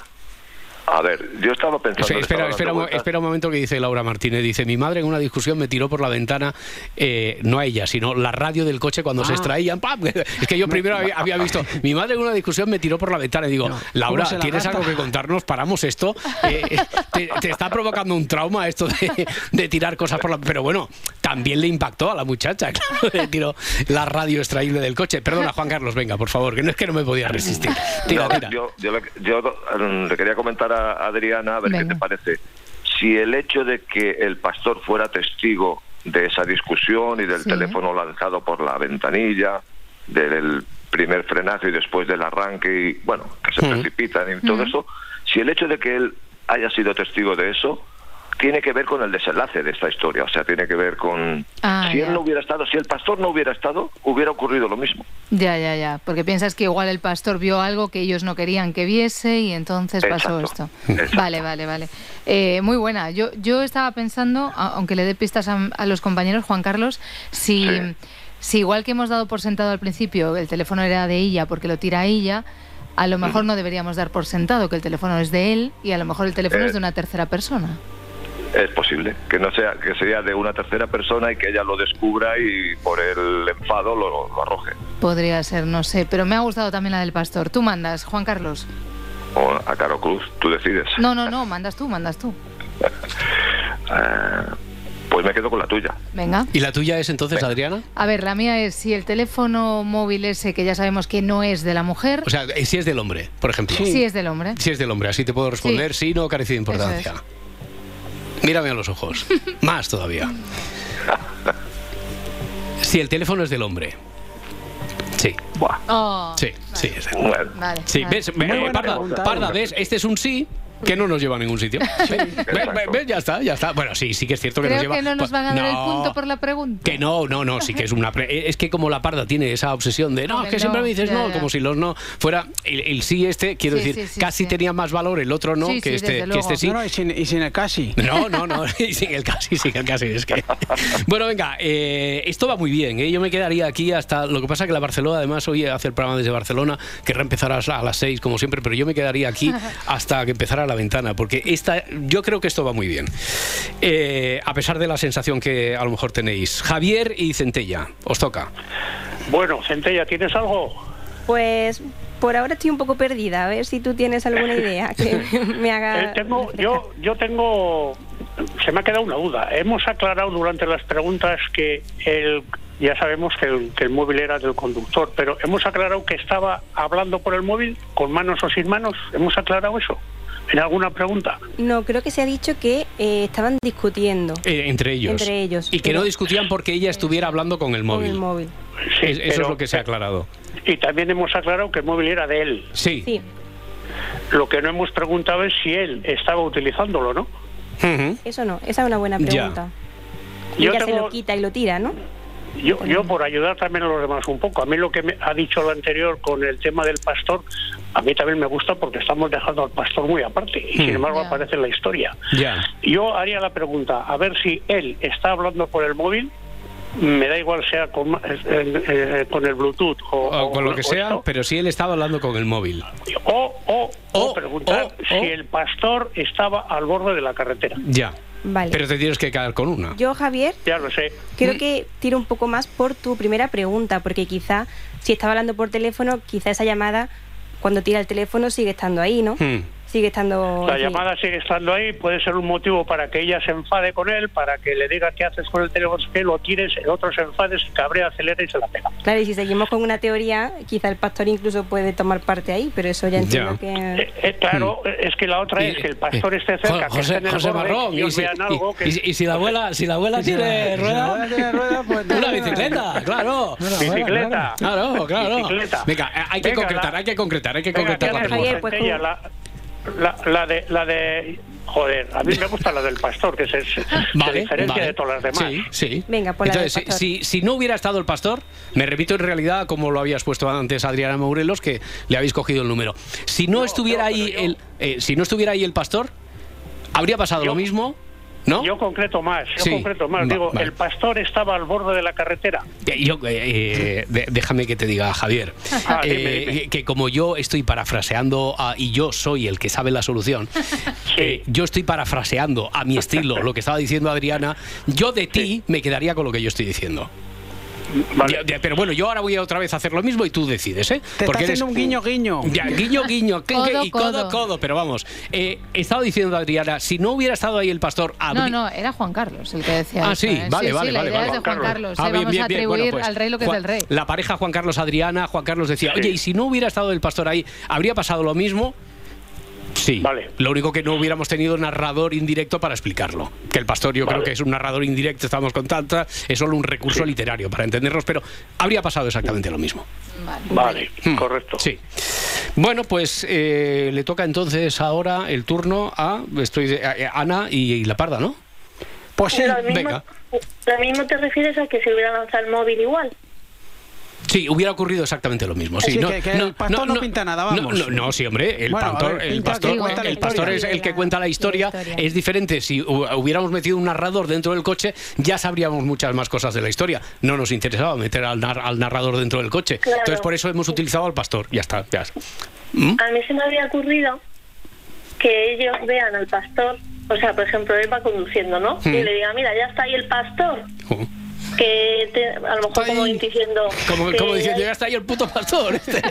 E: A ver, yo estaba pensando. estaba dando
A: Espera, espera, espera un,
E: vueltas.
A: espera un momento que dice Laura Martínez. Dice, mi madre en una discusión me tiró por la ventana, eh, no a ella, sino la radio del coche cuando se
B: Ah.
A: extraían. ¡pam! Es que yo primero había, había visto, mi madre en una discusión me tiró por la ventana y digo, Laura,
B: se la
A: ¿tienes
B: gasta?
A: algo que contarnos? Paramos esto. Eh, eh, te, te está provocando un trauma esto de, de tirar cosas por la... Pero bueno, también le impactó a la muchacha, claro, le tiró la radio extraíble del coche. Perdona, Juan Carlos, venga, por favor, que no es que no me podía resistir. Tira,
E: No,
A: tira.
E: Yo, yo le, yo, mm, le quería comentar a Adriana, a ver qué
A: Venga.
E: te parece. Si el hecho de que el pastor fuera testigo de esa discusión y del
K: Sí.
E: teléfono lanzado por la ventanilla, del primer frenazo y después del arranque, y bueno, que se precipitan y todo eso, si el hecho de que él haya sido testigo de eso, tiene que ver con el desenlace de esta historia, o sea, tiene que ver con...
F: Ah,
E: si
F: ya.
E: él no hubiera estado, si el pastor no hubiera estado, hubiera ocurrido lo mismo.
F: Ya, ya, ya. Porque piensas que igual el pastor vio algo que ellos no querían que viese y entonces pasó esto. Vale, vale, vale. Eh, muy buena. Yo, yo estaba pensando, a- aunque le dé pistas a, a los compañeros, Juan Carlos, si, si igual que hemos dado por sentado al principio, el teléfono era de ella porque lo tira ella, a lo mejor no deberíamos dar por sentado que el teléfono es de él y a lo mejor el teléfono
E: Eh.
F: es de una tercera persona.
E: Es posible que no sea que sea de una tercera persona y que ella lo descubra y por el enfado lo, lo arroje.
F: Podría ser, no sé. Pero me ha gustado también la del pastor. Tú mandas, Juan Carlos.
E: O a Caro Cruz, tú decides.
F: No, no, no, mandas tú, mandas tú.
E: Ah, pues Pues me quedo con la tuya.
F: Venga.
A: ¿Y la tuya es entonces, Adriana?
F: A ver, la mía es si el teléfono móvil ese que ya sabemos que no es de la mujer,
A: O sea, eh, si es del hombre, por ejemplo.
F: sí, es del hombre.
A: Si es del hombre, así te puedo responder sí, no, carece de importancia. Mírame a los ojos. Más todavía. si el teléfono es del hombre. Sí.
F: Oh,
A: Sí, sí, es del
E: hombre.
F: Vale,
A: Sí,
F: vale.
A: ves,
F: Muy
A: eh,
F: buena
A: Parda,
F: pregunta,
A: Parda,
F: ¿eh?
A: ves, este es un sí que no nos lleva a ningún sitio. Ve- ve- ¿Ves? Ya está, ya está. Bueno, sí, sí que es cierto que
F: Creo
A: nos lleva.
F: que no nos van a dar el
A: No.
F: punto por la pregunta.
A: Que no, no, no, sí que es una... pre- Es que como la parda tiene esa obsesión de, no,
F: Hombre,
A: es que siempre
F: no,
A: me dices
F: ya,
A: no,
F: ya.
A: como si los no fuera... El, el sí este, quiero
B: Sí,
A: decir,
B: sí, sí,
A: casi
B: sí.
A: tenía más valor el otro no
B: Sí,
A: que,
B: sí,
A: este,
B: desde
A: que
B: luego.
A: este sí.
B: No, no, y, sin, y sin el casi.
A: No, no, no, y sin el casi, sin el casi, es que... Bueno, venga, eh, esto va muy bien, ¿eh? yo me quedaría aquí hasta... Lo que pasa que la Barcelona, además, hoy hace el programa desde Barcelona, querrá empezar a las- a las 6, como siempre, pero yo me quedaría aquí hasta que empezara la ventana, porque esta, yo creo que esto va muy bien, Eh, a pesar de la sensación que a lo mejor tenéis. Javier y Centella, os toca.
H: Bueno, Centella, ¿tienes algo?
D: Pues por ahora estoy un poco perdida, a ver si tú tienes alguna idea que me haga...
H: Eh, tengo, yo, yo tengo, se me ha quedado una duda. Hemos aclarado durante las preguntas que el, ya sabemos que el, que el móvil era del conductor, pero hemos aclarado que estaba hablando por el móvil con manos o sin manos. Hemos aclarado eso en alguna pregunta.
D: No, creo que se ha dicho que eh, estaban discutiendo.
A: Eh, entre ellos.
D: Entre ellos,
A: Y que
D: pero-
A: no discutían porque ella estuviera hablando con el
D: con
A: móvil.
D: el móvil.
A: Es- eso es
H: pero-
A: lo que se ha aclarado.
H: Y también hemos aclarado que el móvil era de él.
A: Sí.
D: Sí.
H: Lo que no hemos preguntado es si él estaba utilizándolo, ¿no?
D: Eso no, esa es una buena
H: Ya.
D: pregunta.
H: Yo
D: Ella se
H: tengo-
D: lo quita y lo tira, ¿no?
H: Yo, yo por ayudar también a los demás un poco. A mí lo que me ha dicho lo anterior con el tema del pastor, a mí también me gusta porque estamos dejando al pastor muy aparte y sin
A: Hmm.
H: embargo aparece en la historia.
A: Ya.
H: Yo haría la pregunta, a ver si él está hablando por el móvil, me da igual sea con, ma- eh, eh, eh, con el Bluetooth o,
A: O con lo que
H: o
A: sea,
H: esto,
A: pero si él estaba hablando con el móvil.
H: o, o- o preguntar si el pastor estaba al borde de la carretera.
A: Ya.
D: Vale.
A: Pero Mm. te tienes que quedar con una.
D: Yo, Javier,
H: Ya lo sé.
D: creo que tiro un poco más por tu primera pregunta, porque quizá si estaba hablando por teléfono, quizá esa llamada, cuando tira el teléfono, sigue estando ahí, ¿no?
A: Hmm.
D: Sigue estando...
H: La
D: en fin.
H: llamada sigue estando ahí, puede ser un motivo para que ella se enfade con él, para que le diga qué haces con el teléfono, que lo tires, el otro se enfade, se cabrea, acelera y se la pega.
D: Claro, y si seguimos con una teoría, quizá el pastor incluso puede tomar parte ahí, pero eso ya entiendo
A: Ya.
D: que...
H: Eh, claro, es que la otra es que el pastor esté cerca, que esté
A: José,
H: en el
A: José
H: borde,
A: Marrón,
H: y
A: y
H: os
A: si,
H: vean algo que...
A: y- y- y si la abuela, si la abuela tiene rueda,
H: pues,
A: una bicicleta, claro.
H: Bicicleta.
A: Claro, claro.
H: Bicicleta.
A: Venga, hay que
H: Venga,
A: concretar,
H: la-
A: hay que concretar, hay que
H: Venga,
A: concretar la
H: ¿quién es
A: pregunta.
H: Centella? la, la- la de, la de... Joder, a mí me gusta la del pastor, que se, se- se
A: Vale,
H: diferencia
A: vale.
H: de todas las demás.
A: Sí, sí.
D: Venga, por la del
A: Entonces, si-
D: pastor.
A: si, si no hubiera estado el pastor, me repito en realidad como lo habías puesto antes Adriana Maurelos, que le habéis cogido el número. Si no, estuviera ahí el, eh, si no estuviera ahí el pastor, habría pasado lo mismo, ¿no?
H: Yo concreto más, yo
A: Sí,
H: concreto más.
A: va-
H: Digo,
A: vale.
H: el pastor estaba al borde de la carretera.
A: Eh, Yo, eh, eh, de- déjame que te diga, Javier,
H: Ah,
A: eh,
H: dime, dime.
A: que- que como yo estoy parafraseando a- y yo soy el que sabe la solución, eh, yo estoy parafraseando a mi estilo lo que estaba diciendo Adriana, yo de ti me quedaría con lo que yo estoy diciendo. Yo- de- pero bueno, yo ahora voy a otra vez a hacer lo mismo y tú decides, ¿eh?
B: Te está haciendo un guiño, guiño.
A: Ya, guiño, guiño, que- que-
F: Codo,
A: y codo,
F: codo.
A: codo, pero vamos. eh, estaba diciendo Adriana, si no hubiera estado ahí el pastor, habría-
F: No, no, era Juan Carlos el que decía.
A: Ah,
F: eso,
A: sí,
F: ¿eh?
A: vale,
F: sí,
A: vale,
F: la
A: vale,
F: idea
A: vale.
F: es de Juan Carlos.
A: Ah,
F: ¿eh?
A: bien,
F: Vamos
A: bien,
F: a
A: bien.
F: atribuir
A: Bueno, pues,
F: al rey lo que
A: Juan-
F: es del rey.
A: La pareja Juan Carlos Adriana, Juan Carlos decía, oye, y si no hubiera estado el pastor ahí, ¿habría pasado lo mismo? Sí. Lo único que no hubiéramos tenido narrador indirecto para explicarlo. Que el pastor yo creo que es un narrador indirecto, estamos con tantas, es solo un recurso literario para entendernos, pero habría pasado exactamente lo mismo.
H: Vale,
A: Mm.
H: correcto.
A: Sí. Bueno, pues eh, le toca entonces ahora el turno a, estoy, a- a Ana y, y la parda, ¿no?
B: Pues
J: sí. Lo mismo-
A: Venga.
J: Lo mismo te refieres a que se hubiera lanzado el móvil igual.
A: Sí, hubiera ocurrido exactamente lo mismo. Sí,
B: Así que- que el pastor no pinta nada, vamos.
A: No, no, no, sí, hombre, el,
B: Bueno, a
A: pastor,
B: ver,
A: el,
B: pinta
A: pastor,
B: que cuenta la
A: el pastor
B: historia.
A: es el que cuenta la historia, Es diferente. Si hu- hubiéramos metido un narrador dentro del coche, ya sabríamos muchas más cosas de la historia. No nos interesaba meter al, nar- al narrador dentro del coche.
J: Claro.
A: Entonces, por eso hemos utilizado al pastor. Ya está, ya está. ¿Mm?
J: A mí se me había ocurrido que ellos vean al pastor, o sea, por ejemplo, él va conduciendo, ¿no?
A: Mm.
J: Y le diga, mira, ya está ahí el pastor. que te- a lo mejor como diciendo...
A: Oh. Como,
J: que-
A: como diciendo, ya está ahí el puto pastor. este.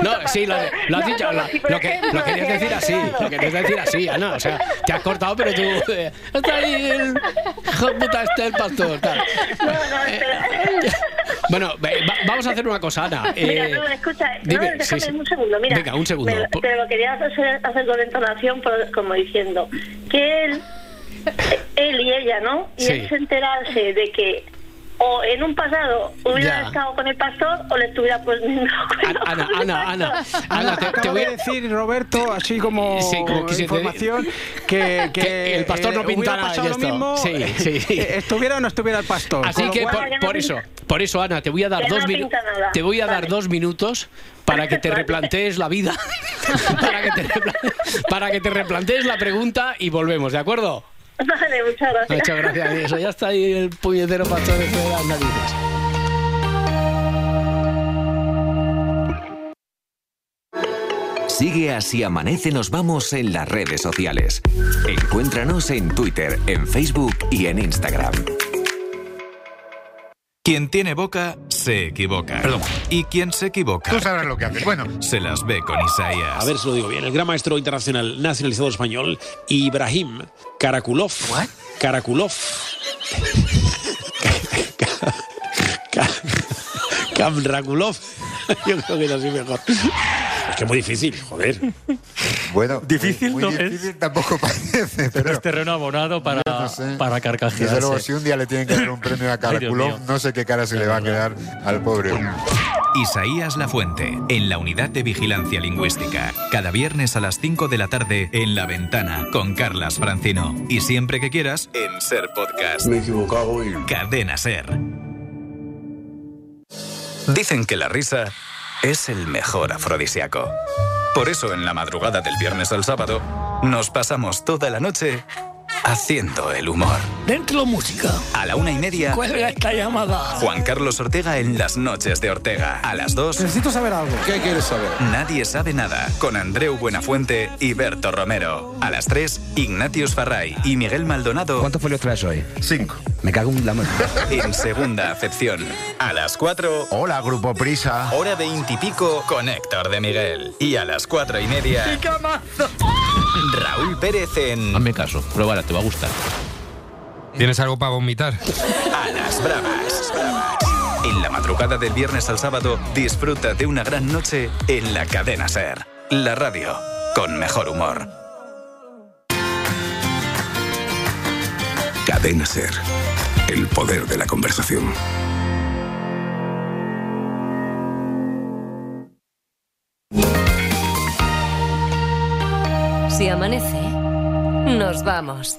A: no, sí, lo, lo has
J: No,
A: dicho.
J: como
A: lo-
J: si,
A: lo,
J: por
A: que,
J: ejemplo,
A: lo querías
J: que
A: decir así. Lo querías decir así, Ana. O sea, te has cortado, pero tú. eh, está ahí el. hijo de puta este el pastor. tal. Bueno, ve- va- vamos a hacer una cosa, Ana.
J: Mira,
A: Eh,
J: no, escucha,
A: dime,
J: no, déjame
A: sí, sí.
J: un segundo, mira.
A: Venga, un segundo.
J: Me-
A: Por-
J: pero quería hacer, hacer con entonación, por- como diciendo, que él, él y ella, ¿no? Y
A: Sí.
J: él se enterarse de que o en un pasado hubiera
A: Ya.
J: estado con el pastor o le estuviera poniendo cuernos
A: Ana,
J: con el
A: Ana, Ana,
J: pastor.
A: Ana, te- te
B: Acaba
A: voy
B: de
A: a-
B: decir, Roberto, así como,
A: Sí, como que si te-
B: información, que, que,
A: que el pastor no
B: eh,
A: pinta
B: hubiera
A: nada de
B: pasado
A: esto.
B: Lo mismo,
A: Sí, sí.
B: eh, estuviera o no estuviera el pastor.
A: Así
B: Con lo
A: que
B: cual-
A: por, por eso, por eso Ana, te voy a dar
B: Que
A: dos
B: no
A: minutos.
B: pinta nada.
A: Te voy a dar dos minutos para que te replantees la vida, para que te repla- para que te replantees la pregunta y volvemos, ¿de acuerdo?
J: Vale, muchas gracias.
A: Muchas gracias. Y eso ya está ahí el puñetero pastor este de las narices.
K: Sigue así amanece, nos vamos en las redes sociales. Encuéntranos en Twitter, en Facebook y en Instagram.
L: Quien tiene boca se equivoca. Y quien se equivoca.
M: Tú sabrás lo que haces. Bueno.
L: Se las ve con Isaías.
N: A ver si lo digo bien. El gran maestro internacional nacionalizado español, Ibrahim Karakulov. Karakulov. Kamrakulov. Yo creo que es así mejor. Es que es muy difícil, joder.
M: Bueno,
O: Difícil
M: muy
O: no
M: difícil tampoco parece,
O: Pero
M: pero
O: es terreno abonado para,
M: Yo no sé.
O: para carcajearse.
M: desde luego si un día le tienen que dar un premio a
O: Ay, Dios
M: Caraculov,
O: mío.
M: no sé qué cara se le va a quedar al pobre.
L: Isaías Lafuente, en la unidad de vigilancia lingüística. Cada viernes a las 5 de la tarde en La Ventana con Carlas Francino. Y siempre que quieras en Ser Podcast. Me he equivocado y. Cadena Ser. Dicen que la risa es el mejor afrodisiaco. Por eso en la madrugada del viernes al sábado nos pasamos toda la noche haciendo el humor.
P: Dentro música.
L: A la una y media.
P: Cuelga esta llamada.
L: Juan Carlos Ortega en las noches de Ortega. A las 2,
P: Necesito saber algo.
L: ¿Qué quieres saber? Nadie sabe nada. Con Andreu Buenafuente y Berto Romero. A las 3, Ignatius Farray y Miguel Maldonado. ¿Cuántos folios traes hoy? Cinco. Me cago en la mano. En segunda acepción. A las 4. Hola, Grupo Prisa. Hora veintipico con Héctor de Miguel. Y a las cuatro y media, Raúl Pérez en.
Q: Hazme caso, pruébala, te va a gustar. ¿Tienes algo para vomitar?
L: A las bravas. En la madrugada del viernes al sábado, disfruta de una gran noche en la cadena Ser. La radio con mejor humor.
R: Cadena Ser. El poder de la conversación.
S: Si amanece, nos vamos.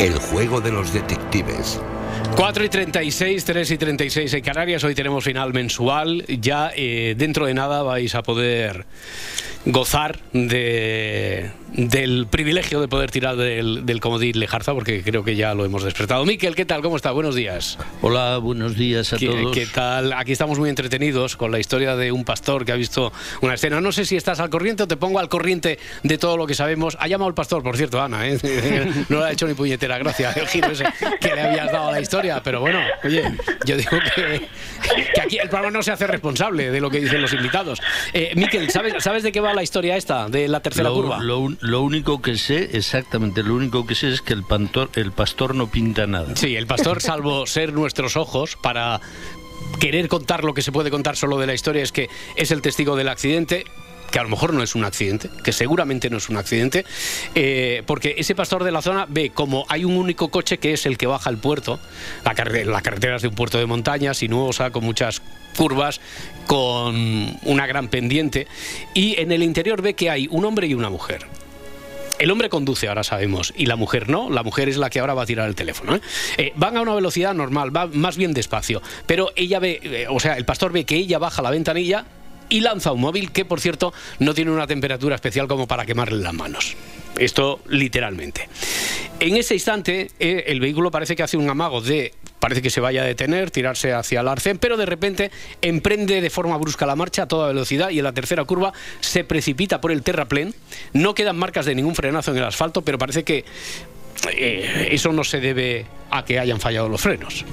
T: El juego de los detectives.
A: 4 y 36, 3 y 36 en Canarias. Hoy tenemos final mensual. Ya eh, dentro de nada vais a poder gozar de, del privilegio de poder tirar del, del comodín Lejarza, porque creo que ya lo hemos despertado. Miquel, ¿qué tal? ¿Cómo está? Buenos días.
Q: Hola, buenos días a
A: ¿Qué,
Q: todos.
A: qué tal? Aquí estamos muy entretenidos con la historia de un pastor que ha visto una escena. No sé si estás al corriente o te pongo al corriente de todo lo que sabemos. Ha llamado el pastor, por cierto, Ana. ¿eh? No le ha hecho ni puñetera gracia el giro ese que le habías dado a la historia. Pero bueno, oye, yo digo que, que aquí el programa no se hace responsable de lo que dicen los invitados. Eh, Miquel, ¿sabes, ¿sabes de qué va la historia esta, de la tercera
Q: lo,
A: curva?
Q: lo un- lo único que sé, exactamente, lo único que sé es que el, pantor- el pastor no pinta nada.
A: Sí, el pastor, salvo ser nuestros ojos para querer contar lo que se puede contar solo de la historia, es que es el testigo del accidente que a lo mejor no es un accidente, que seguramente no es un accidente, eh, porque ese pastor de la zona ve como hay un único coche que es el que baja al puerto, la, carre- la carretera es de un puerto de montaña, sinuosa, con muchas curvas, con una gran pendiente, y en el interior ve que hay un hombre y una mujer. El hombre conduce, ahora sabemos, y la mujer no. La mujer es la que ahora va a tirar el teléfono. ¿eh? Eh, van a una velocidad normal, va más bien despacio. Pero ella ve, eh, o sea, el pastor ve que ella baja la ventanilla y lanza un móvil que, por cierto, no tiene una temperatura especial como para quemarle las manos. Esto literalmente. En ese instante, eh, el vehículo parece que hace un amago de. Parece que se vaya a detener, tirarse hacia el arcén, pero de repente emprende de forma brusca la marcha a toda velocidad y en la tercera curva se precipita por el terraplén. No quedan marcas de ningún frenazo en el asfalto, pero parece que eh, eso no se debe a que hayan fallado los frenos.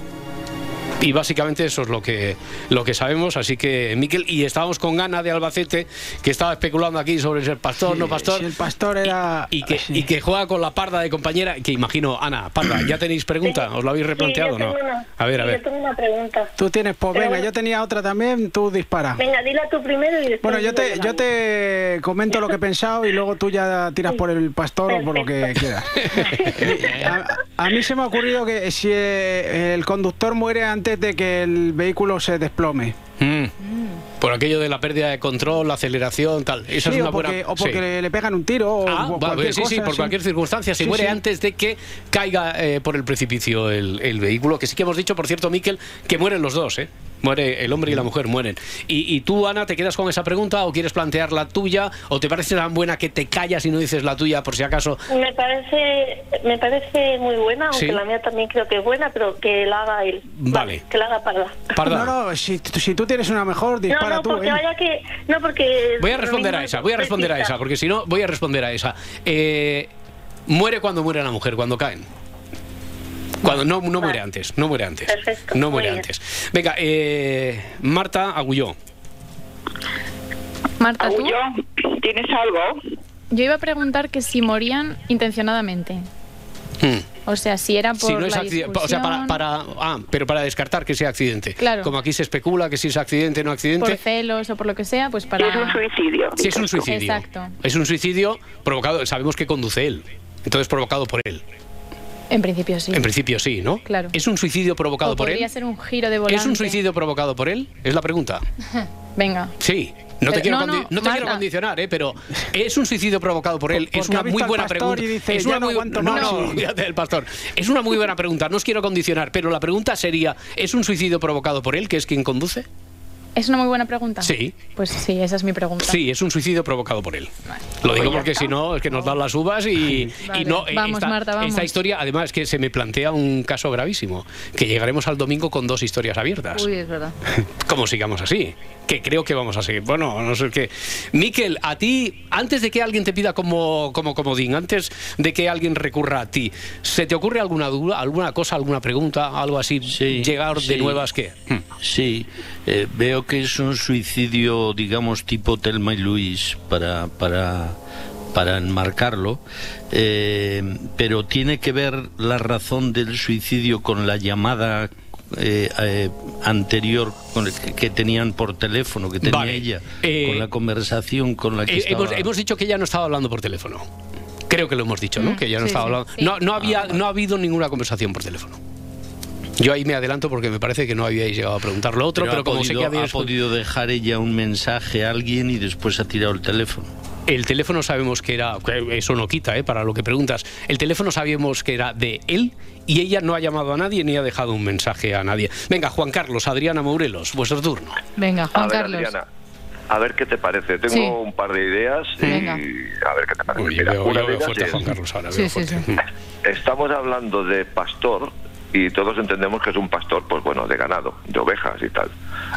A: Y básicamente eso es lo que, lo que sabemos, así que Miquel, y estábamos con Ana de Albacete, que estaba especulando aquí sobre si el pastor,
B: Sí,
A: no pastor.
B: si el pastor era...
A: Y que, y que juega con la parda de compañera, que imagino, Ana, parda, ya tenéis pregunta, os lo habéis replanteado,
J: Sí, yo
A: ¿no?
J: tengo una-
A: A ver, a
J: sí,
A: ver.
J: Yo tengo una pregunta.
B: Tú tienes, pues
J: Pero
B: venga,
J: bueno.
B: yo tenía otra también, tú
A: Ah.
B: dispara.
J: Venga, dila tú primero y después.
B: Bueno, yo te,
J: digo
B: yo te comento lo que he pensado y luego tú ya tiras por el pastor o por lo que quieras. A, a mí se me ha ocurrido que si eh, el conductor muere antes de que el vehículo se desplome.
A: Mm. Por aquello de la pérdida de control, la aceleración, tal. Esa
B: Sí,
A: es una
B: o porque,
A: buena.
B: o porque
A: sí.
B: le, le pegan un tiro o
A: Ah,
B: o
A: va,
B: cualquier
A: sí, sí,
B: cosa,
A: por
B: sí.
A: cualquier circunstancia. Se
B: Sí,
A: muere
B: sí.
A: antes de que caiga eh, por el precipicio el, el vehículo. Que sí que hemos dicho, por cierto, Miquel, que mueren los dos, ¿eh? Muere el hombre y la mujer, mueren. Y, y tú, Ana, te quedas con esa pregunta o quieres plantear la tuya o te parece tan buena que te callas y no dices la tuya por si acaso.
J: Me parece, me parece muy buena, aunque
A: Sí.
J: la mía también creo que es buena, pero que la haga él.
A: Vale.
J: Que la haga parda.
A: Parda.
B: No, no, si, si tú tienes una mejor, dispara
J: no, no,
B: tú.
J: porque
B: venga.
J: vaya que. No, porque.
A: eh. Voy a responder a esa, voy a responder a esa, porque si no, voy a responder a esa. Eh, muere cuando muere la mujer, cuando caen. Cuando, no, no muere antes, no muere antes.
J: Perfecto,
A: No
J: muy
A: muere
J: bien.
A: antes. Venga, eh, Marta Agulló.
C: Marta, ¿tú?
I: ¿Tienes algo?
C: Yo iba a preguntar que si morían intencionadamente.
A: Hmm.
C: O sea, si era por
A: Si no es
C: la
A: accidente,
C: discusión,
A: o sea, para, para- ah, pero para descartar que sea accidente.
C: Claro.
A: Como aquí se especula que si es accidente no
C: por
A: accidente.
C: celos o por lo que sea, pues para...
I: Es un suicidio.
A: Si es un suicidio.
C: Exacto.
A: Es un suicidio provocado, sabemos que conduce él. Entonces provocado por él.
C: En principio sí.
A: En principio sí, ¿no?
C: Claro.
A: ¿Es un suicidio provocado
C: O
A: por
C: podría
A: él?
C: ser un giro de volante.
A: ¿Es un suicidio provocado por él? Es la pregunta.
C: Venga.
A: Sí. No te,
C: Pero-
A: quiero,
C: no,
A: condi-
C: no,
A: no te quiero
C: Marta.
A: condicionar, ¿eh? pero es un suicidio provocado por él.
B: Por-
A: es
B: porque
A: una
B: ha visto
A: muy
B: al
A: buena
B: pastor
A: pregunta.
B: y dice,
A: es
B: "Ya
A: una
B: no
A: muy...
B: aguanto
A: no,
B: más".
A: no,
B: Sí.
A: fíjate del pastor. Es una muy buena pregunta. No os quiero condicionar, pero la pregunta sería: ¿es un suicidio provocado por él, que es quien conduce?
C: Es una muy buena pregunta.
A: Sí.
C: Pues sí, esa es mi pregunta.
A: Sí, es un suicidio provocado por él. Lo
C: Pues
A: digo porque si no, es que nos dan las uvas y, y no. eh,
C: Vamos,
A: esta,
C: Marta, vamos.
A: esta historia, además, que se me plantea un caso gravísimo: que llegaremos al domingo con dos historias abiertas.
F: Uy, es verdad.
A: Como sigamos así, que creo que vamos a seguir. Bueno, a no sé qué. Miquel, a ti, antes de que alguien te pida como, como comodín, antes de que alguien recurra a ti, ¿se te ocurre alguna duda, alguna cosa, alguna pregunta, algo así, llegar de
Q: sí. Hmm.
A: nuevas que?
Q: Sí, eh, veo que es un suicidio, digamos, tipo Telma y Luis para, para, para enmarcarlo, eh, pero tiene que ver la razón del suicidio con la llamada eh, eh, anterior con el que, que tenían por teléfono, que tenía
A: Vale,
Q: ella,
A: eh,
Q: con la conversación con la que
A: Eh,
Q: estaba...
A: hemos, hemos dicho que ella no estaba hablando por teléfono. Creo que lo hemos dicho, ¿no?
Q: Mm,
A: que ella no
Q: sí,
A: estaba
Q: sí,
A: hablando.
Q: sí. Ah,
A: No, no, había, no ha habido ninguna conversación por teléfono. Yo ahí me adelanto porque me parece que no habíais llegado a preguntar lo otro, pero,
Q: ha
A: como sé
Q: podido-
A: que habíais
Q: ha podido dejar ella un mensaje a alguien y después ha tirado el teléfono.
A: El teléfono sabemos que era, que eso no quita, ¿eh? para lo que preguntas. El teléfono sabíamos que era de él y ella no ha llamado a nadie ni ha dejado un mensaje a nadie. Venga, Juan Carlos, Adriana Morelos, vuestro turno.
F: Venga, Juan
A: A ver,
F: Carlos.
A: Adriana.
E: A ver qué te parece. Tengo
F: Sí.
E: un par de ideas y
F: Venga.
E: a ver qué te parece. Mira,
A: veo-
E: una
A: yo
E: de
A: veo
E: ellas
A: fuerte a
E: es-
A: Juan Carlos ahora.
F: Sí, sí, sí.
E: Estamos hablando de pastor y todos entendemos que es un pastor, pues bueno, de ganado, de ovejas y tal.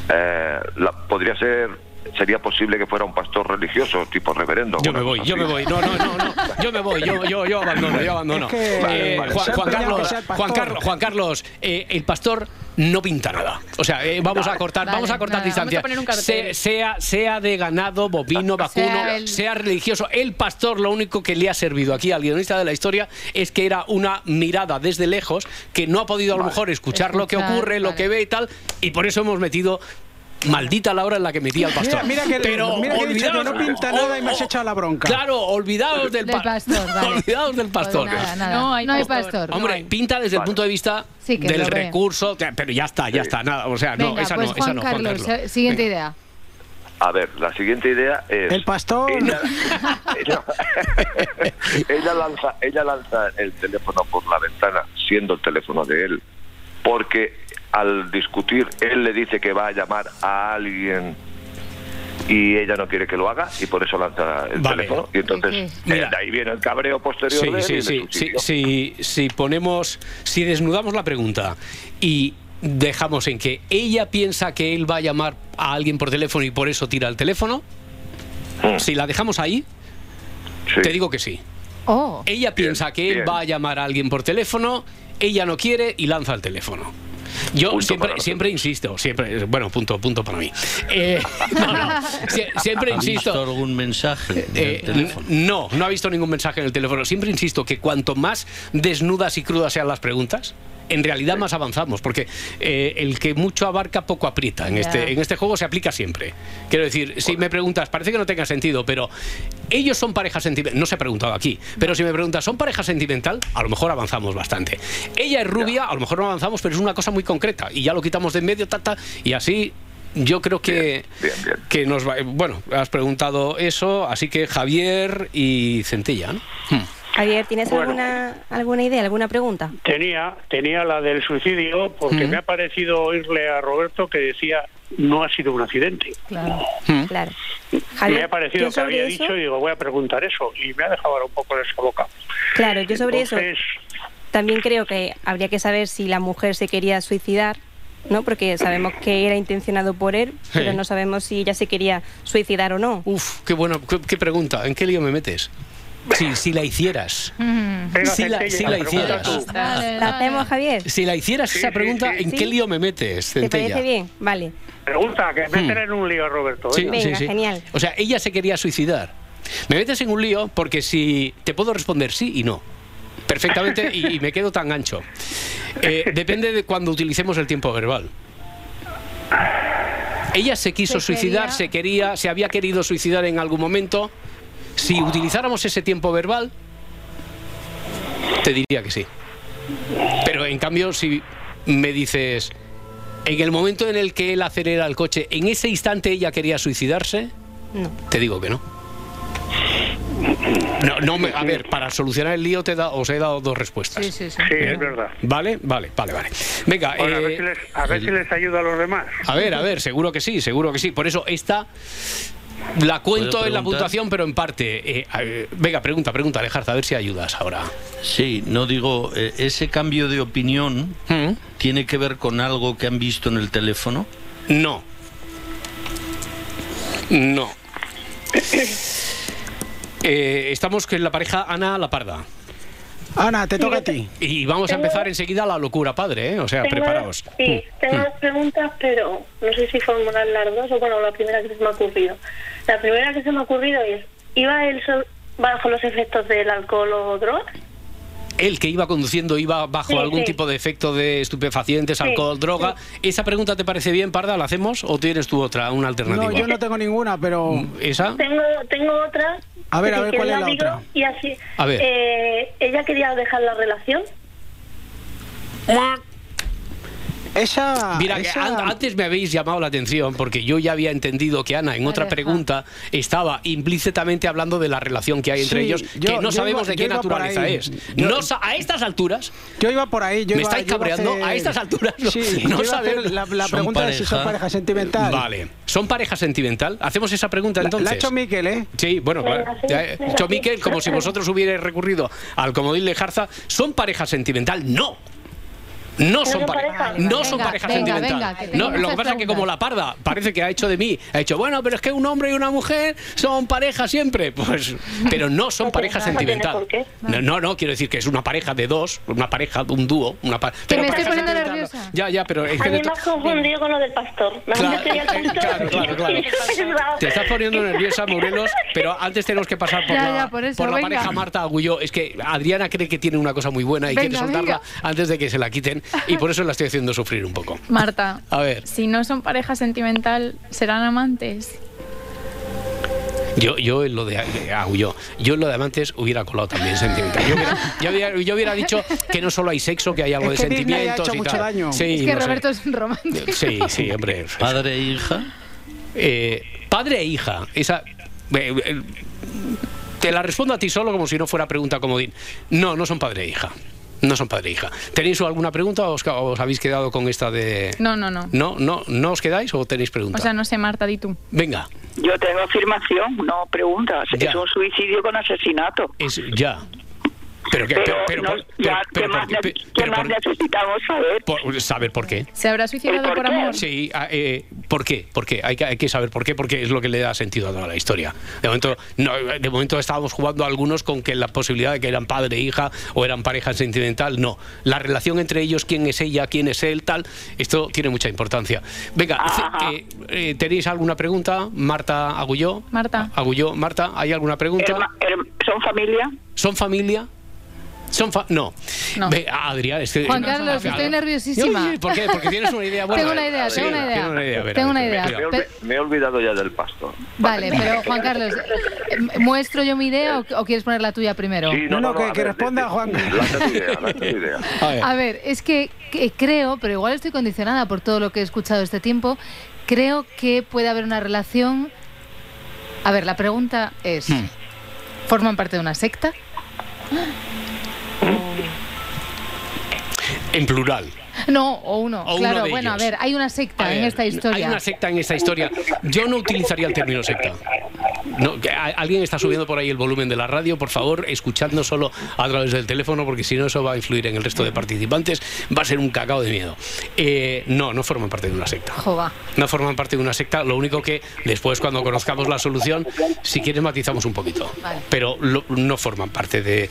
E: Eh, la- podría ser, sería posible que fuera un pastor religioso, tipo reverendo.
A: Yo me voy, yo me voy. No, no, no, no. Yo me voy, yo, yo, yo abandono, yo abandono.
E: Es que-
A: Eh,
E: Vale, vale.
A: Juan,
E: Se ha
A: Juan
E: peleado
A: Carlos,
E: que sea el pastor.
A: Juan Carlos, Juan Carlos, eh, el pastor no pinta nada. O sea, eh, vamos a cortar,
F: Vale,
A: vamos a cortar
F: nada,
A: distancia.
F: vamos a poner un cartel.
A: Se-
F: Ah,
A: sea, sea de ganado, bovino, vacuno, sea,
F: Sea el-
A: religioso. El pastor lo único que le ha servido aquí al guionista de la historia es que era una mirada desde lejos que no ha podido a lo mejor escuchar, lo que
B: Escuchar,
A: ocurre, lo que ve y tal, y por eso hemos metido. Maldita la hora en la que metía al pastor.
B: Mira, mira que,
A: Pero
B: mira que he dicho que no
A: olvidaos-
B: pinta nada y me has echado la bronca.
A: Claro, olvidaos del, pa-
F: pastor, vale.
A: olvidaos del pastor.
F: Pues nada, nada. No hay pastor.
A: Hombre,
F: no hay.
A: pinta desde el punto de vista
F: Sí, que
A: del
F: lo ve.
A: recurso, o sea, pero ya está, ya está, nada, o sea, no,
F: Venga,
A: esa
F: pues
A: no,
F: Juan,
A: esa no,
F: Carlos, eh, siguiente idea.
E: A ver, la siguiente idea es...
B: El pastor.
E: ella lanza ella lanza el teléfono por la ventana siendo el teléfono de él porque al discutir él le dice que va a llamar a alguien y ella no quiere que lo haga y por eso lanza el teléfono y entonces eh, de ahí viene el cabreo posterior de él y
A: Sí,
E: el
A: sí, sí,
E: suicidio.
A: sí, sí, si ponemos, si desnudamos la pregunta y dejamos en que ella piensa que él va a llamar a alguien por teléfono y
E: Hmm.
A: por eso tira el teléfono, si la dejamos ahí, te digo que sí.
F: Oh.
A: Ella piensa que él
F: bien.
A: va a llamar a alguien por teléfono, ella no quiere y lanza el teléfono. Yo siempre, siempre insisto, siempre, bueno, punto, punto para mí. Eh, no, no, sie- siempre
Q: ¿Ha
A: insisto.
Q: visto algún mensaje? en el
A: Eh,
Q: teléfono?
A: no, no ha visto ningún mensaje en el teléfono. Siempre insisto que cuanto más desnudas y crudas sean las preguntas, en realidad más avanzamos, porque eh, el que mucho abarca poco aprieta. En,
Q: Ya.
A: este, en este juego se aplica siempre. Quiero decir, si me preguntas, parece que no tenga sentido, pero ellos son pareja sentimental. No se ha preguntado aquí, pero si me preguntas, ¿son pareja sentimental? A lo mejor avanzamos bastante. Ella es rubia, a lo mejor no avanzamos, pero es una cosa muy concreta y ya lo quitamos de en medio, tata, y así. Yo creo que, que nos va. Bueno, has preguntado eso, así que Javier y Centella, ¿no?
D: Javier, ¿tienes
H: Bueno.
D: alguna, alguna idea, alguna pregunta?
H: Tenía, tenía la del suicidio porque
P: Mm.
H: me ha parecido oírle a Roberto que decía no ha sido un accidente.
D: Claro.
A: ¿Mm?
D: Claro.
H: me ha
D: Javier,
H: parecido
D: ¿yo
H: que había
D: sobre eso?
H: dicho y digo voy a preguntar eso y me ha dejado ahora un poco en esa boca.
D: Claro, yo sobre
H: Entonces-
D: eso también creo que habría que saber si la mujer se quería suicidar, ¿no? Porque sabemos que era intencionado por él,
A: Sí.
D: pero no sabemos si ella se quería suicidar o no.
A: Uf, qué bueno, qué, qué pregunta. ¿En qué lío me metes? Si, si la hicieras. Si la, si la hicieras.
D: ¿La hacemos, Javier?
A: Si la hicieras esa pregunta, ¿en
D: Sí.
A: qué lío me metes,
D: ¿Te
A: Centella?
D: parece bien? Vale.
H: Pregunta, que me en un lío, Roberto.
A: Hmm.
H: ¿eh?
A: Sí,
D: Venga,
A: sí, sí.
D: genial.
A: O sea, ella se quería suicidar. Me metes en un lío porque si te puedo responder sí y no. Perfectamente y, y me quedo tan ancho. Eh, depende de cuando utilicemos el tiempo verbal. Ella se quiso
Q: Se quería-
A: suicidar, se quería, se había querido suicidar en algún momento. Si utilizáramos ese tiempo verbal, te diría que sí. Pero en cambio, si me dices, en el momento en el que él acelera el coche, en ese instante ella quería suicidarse,
D: No.
A: te digo que no. No, no me- a ver, para solucionar el lío te he da- os he dado dos respuestas.
H: Sí, sí, sí. Sí, es verdad.
A: Vale, vale, vale, vale. Venga,
H: Bueno, a
A: eh,
H: ver, si les, a ver si les ayuda a los demás.
A: a ver, a ver, seguro que sí, seguro que sí. Por eso esta la cuento
Q: ¿Puedo
A: en la
Q: preguntar?
A: puntuación, pero en parte. Eh, a ver, venga, pregunta, pregunta, Alejandro, a ver si ayudas ahora.
Q: Sí, no digo, eh, ese cambio de opinión
A: Mm.
Q: tiene que ver con algo que han visto en el teléfono.
A: No. No. Eh, estamos con la pareja Ana La Parda.
B: Ana, te toca a ti.
A: Y vamos a
J: Tengo-
A: empezar enseguida la locura padre, ¿eh? O sea,
J: Tengo-
A: preparaos. Mm,
J: Sí, tengo dos preguntas, pero no sé si formular las dos o, bueno, la primera que se me ha ocurrido. La primera que se me ha ocurrido es: ¿iba él so- bajo los efectos del alcohol o drogas?
A: El que iba conduciendo iba bajo
J: Sí,
A: algún
J: sí.
A: tipo de efecto de estupefacientes,
J: Sí,
A: alcohol, droga. ¿Esa pregunta te parece bien, Parda? ¿La hacemos o tienes tú otra, una alternativa?
B: No, yo no tengo ninguna, pero
A: Mm, ¿Esa?
J: Tengo, tengo otra.
A: A ver,
J: que
A: a
J: si
A: ver,
J: quieres
A: ¿cuál es la
J: digo
A: otra?
J: Y así,
A: A ver.
J: eh, ¿Ella quería dejar la relación?
B: Esa.
A: Mira, que
B: Ah, esa-
A: an- antes me habéis llamado la atención porque yo ya había entendido que Ana en otra
B: Aleja.
A: pregunta estaba implícitamente hablando de la relación que hay entre
B: Sí,
A: ellos,
B: yo-
A: que no
B: yo
A: sabemos
B: iba-
A: de
B: yo
A: qué
B: iba por
A: naturaleza
B: ahí.
A: es.
B: Yo-
A: No sa- a estas alturas,
B: Yo iba por ahí. Yo
A: ¿Me
B: iba-
A: estáis
B: yo iba
A: cabreando?
B: hacer-
A: A estas alturas no-
B: Sí,
A: no
B: yo iba a hacer
A: saber-
B: La, la
A: Son
B: pregunta es si son
A: pareja.
B: pareja sentimental.
A: vale, ¿son pareja sentimental? ¿Hacemos esa pregunta
B: La,
A: entonces?
B: la ha hecho Miquel, ¿eh?
A: Sí, bueno,
B: Venga,
A: claro.
B: sí,
A: Ya, eh,
B: venga,
A: Cho
B: sí.
A: Miquel, como si vosotros hubierais recurrido al comodín Lejarza, ¿son pareja sentimental? No. No son,
F: son
A: pareja,
F: pareja.
A: no
F: Venga,
A: son pareja
F: venga,
A: sentimental.
F: venga, que tengo
A: no, lo que
F: muchas
A: pasa es que como
F: preguntas.
A: la parda parece que ha hecho de mí, ha dicho, bueno, pero es que un hombre y una mujer son pareja siempre. Pues, pero no son pareja
F: nada. No tiene
A: sentimental.
F: por qué.
A: No, no, no, quiero decir que es una pareja de dos, una pareja, un dúo, una pa-
J: Que
A: pero
J: me
A: pareja
J: estoy poniendo
A: sentimental no.
J: nerviosa.
A: Ya, ya, pero es
J: A
A: que
J: mí
A: de
J: me
A: to-
J: has confundido con lo del pastor. Me has
A: Claro,
J: metido el pastor
A: claro, claro, claro.
J: y yo he pensado-
A: Te estás poniendo nerviosa, Morelos, pero antes tenemos que pasar por
F: Ya,
A: la,
F: ya, por eso,
A: la
F: venga.
A: pareja Marta Agulló. Es que Adriana cree que tiene una cosa muy buena y
F: Venga,
A: quiere soltarla antes de que se la quiten y por eso la estoy haciendo sufrir un poco.
C: Marta,
A: A ver,
C: si no son pareja sentimental, ¿serán amantes?
A: yo, yo en lo de, de Agulló, yo en lo de Amantes hubiera colado también sentimental. Yo hubiera, yo hubiera- yo hubiera dicho que no solo hay sexo, que hay algo
F: Es
A: de
F: que Disney ha
A: sentimientos
F: hecho
A: y
F: mucho
A: tal.
F: daño.
A: Sí,
F: es que
A: no sé.
F: Roberto es un romántico.
A: Sí, sí, hombre.
Q: ¿Padre e hija?
A: padre e hija. Esa. eh, eh, te la respondo a ti solo como si no fuera pregunta comodín. No, no son padre e hija. No son padre e hija. ¿Tenéis alguna pregunta o os, ca- os habéis quedado con esta de.?
C: No, no, no.
A: No, no, no os quedáis o tenéis
C: O
A: preguntas.
C: sea, no sé, Marta, di tú.
A: Venga,
I: Yo tengo afirmación, no preguntas.
A: Ya.
I: Es un suicidio con asesinato.
A: es ya. Pero, que, pero, pero,
I: no,
A: por-
I: ya,
A: pero- pero
I: ¿qué más
A: por-
I: ne-
A: pe-
I: qué
A: pero
I: más
A: por-
I: necesitamos saber?
A: por- saber por qué.
C: ¿Se habrá suicidado por amor?
A: Sí, ah, eh, ¿por qué? ¿Por qué? Hay, que, hay que saber por qué, porque es lo que le da sentido a toda la historia. De momento, no, de momento estábamos jugando algunos con que la posibilidad de que eran padre e hija o eran pareja sentimental, no. La relación entre ellos, quién es ella, quién es él, tal, esto tiene mucha importancia. Venga, eh, eh, ¿tenéis alguna pregunta? Marta Agulló.
C: Marta.
A: Agulló, Marta, ¿hay alguna pregunta?
I: ¿Son familia?
A: ¿Son familia? Son fa- no.
F: No.
A: Ve, Adrián, es que-
F: Juan Carlos, estoy nerviosísima.
A: Oye, ¿Por qué? Porque tienes una idea buena.
F: Tengo una idea,
A: Sí,
F: tengo una idea.
A: tengo una idea, a ver,
F: Tengo
A: a
F: una
A: ver,
F: idea.
A: venga.
F: Pe-
E: Me he olvidado ya del pasto.
F: Vale, pero Juan Carlos, eh, ¿muestro yo mi idea o, o quieres poner la tuya primero?
E: responda Juan. tu idea, lanza tu idea.
F: A ver, es que, que creo, pero igual estoy condicionada por todo lo que he escuchado este tiempo, creo que puede haber una relación... A ver, la pregunta es,
A: Hmm.
F: ¿forman parte de una secta?
A: En plural.
F: No, o uno.
A: O uno
F: claro,
A: de
F: bueno,
A: ellos.
F: a ver, hay una secta
A: A
F: en
A: ver,
F: esta
A: Hay
F: historia.
A: una secta en esta historia. Yo no utilizaría el término secta. No, que a- alguien está subiendo por ahí el volumen de la radio, por favor, escuchadnos solo a través del teléfono, porque si no eso va a influir en el resto de participantes, va a ser un cacao de miedo. Eh, no, no forman parte de una secta.
F: Jova.
A: No forman parte de una secta, lo único que después cuando conozcamos la solución, si quieres matizamos un poquito.
F: Vale.
A: Pero lo- no forman parte de...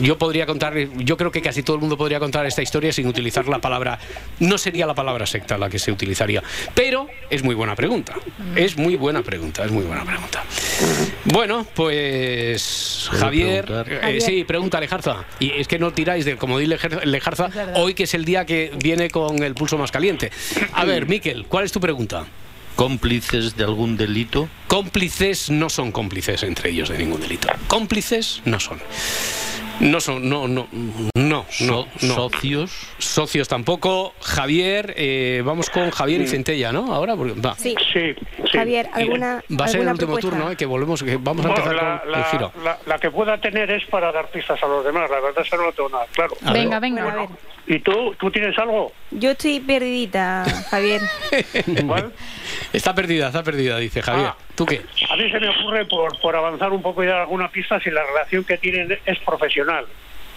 A: Yo podría contar, yo creo que casi todo el mundo podría contar esta historia sin utilizar la palabra... No sería la palabra secta la que se utilizaría. Pero es muy buena pregunta. Es muy buena pregunta, es muy buena pregunta. Bueno, pues
Q: ¿Puedo
A: Javier...
Q: preguntar?
A: eh,
Q: Javier.
A: sí, pregunta Lejarza. Y es que no tiráis del comodín Lejer- Lejarza
Q: verdad.
A: hoy que es el día que viene con el pulso más caliente. A ver, Miquel, ¿cuál es tu pregunta?
Q: ¿Cómplices de algún delito?
A: Cómplices no son cómplices entre ellos de ningún delito. Cómplices no son. No son, no, no, no, no, no.
Q: ¿Socios?
A: Socios tampoco. Javier, eh, vamos con Javier y
Q: Sí.
A: Centella, ¿no? Ahora, porque va.
D: Sí.
H: Sí,
D: Javier, ¿alguna,
A: Va a ser el
D: alguna
A: último
D: propuesta?
A: turno, eh, que volvemos, que vamos a
H: Bueno,
A: empezar
H: la,
A: con eh,
H: la-
A: el giro.
H: la- la que pueda tener es para dar pistas a los demás, la verdad eso no lo tengo nada claro.
D: A ver. Venga, venga.
H: Bueno, ¿Y tú? ¿Tú tienes algo?
D: Yo estoy perdidita, Javier.
A: Está perdida, está perdida, dice Javier.
H: Ah.
A: ¿Tú qué?
H: A mí se me ocurre por, por avanzar un poco y dar alguna pista si la relación que tienen es profesional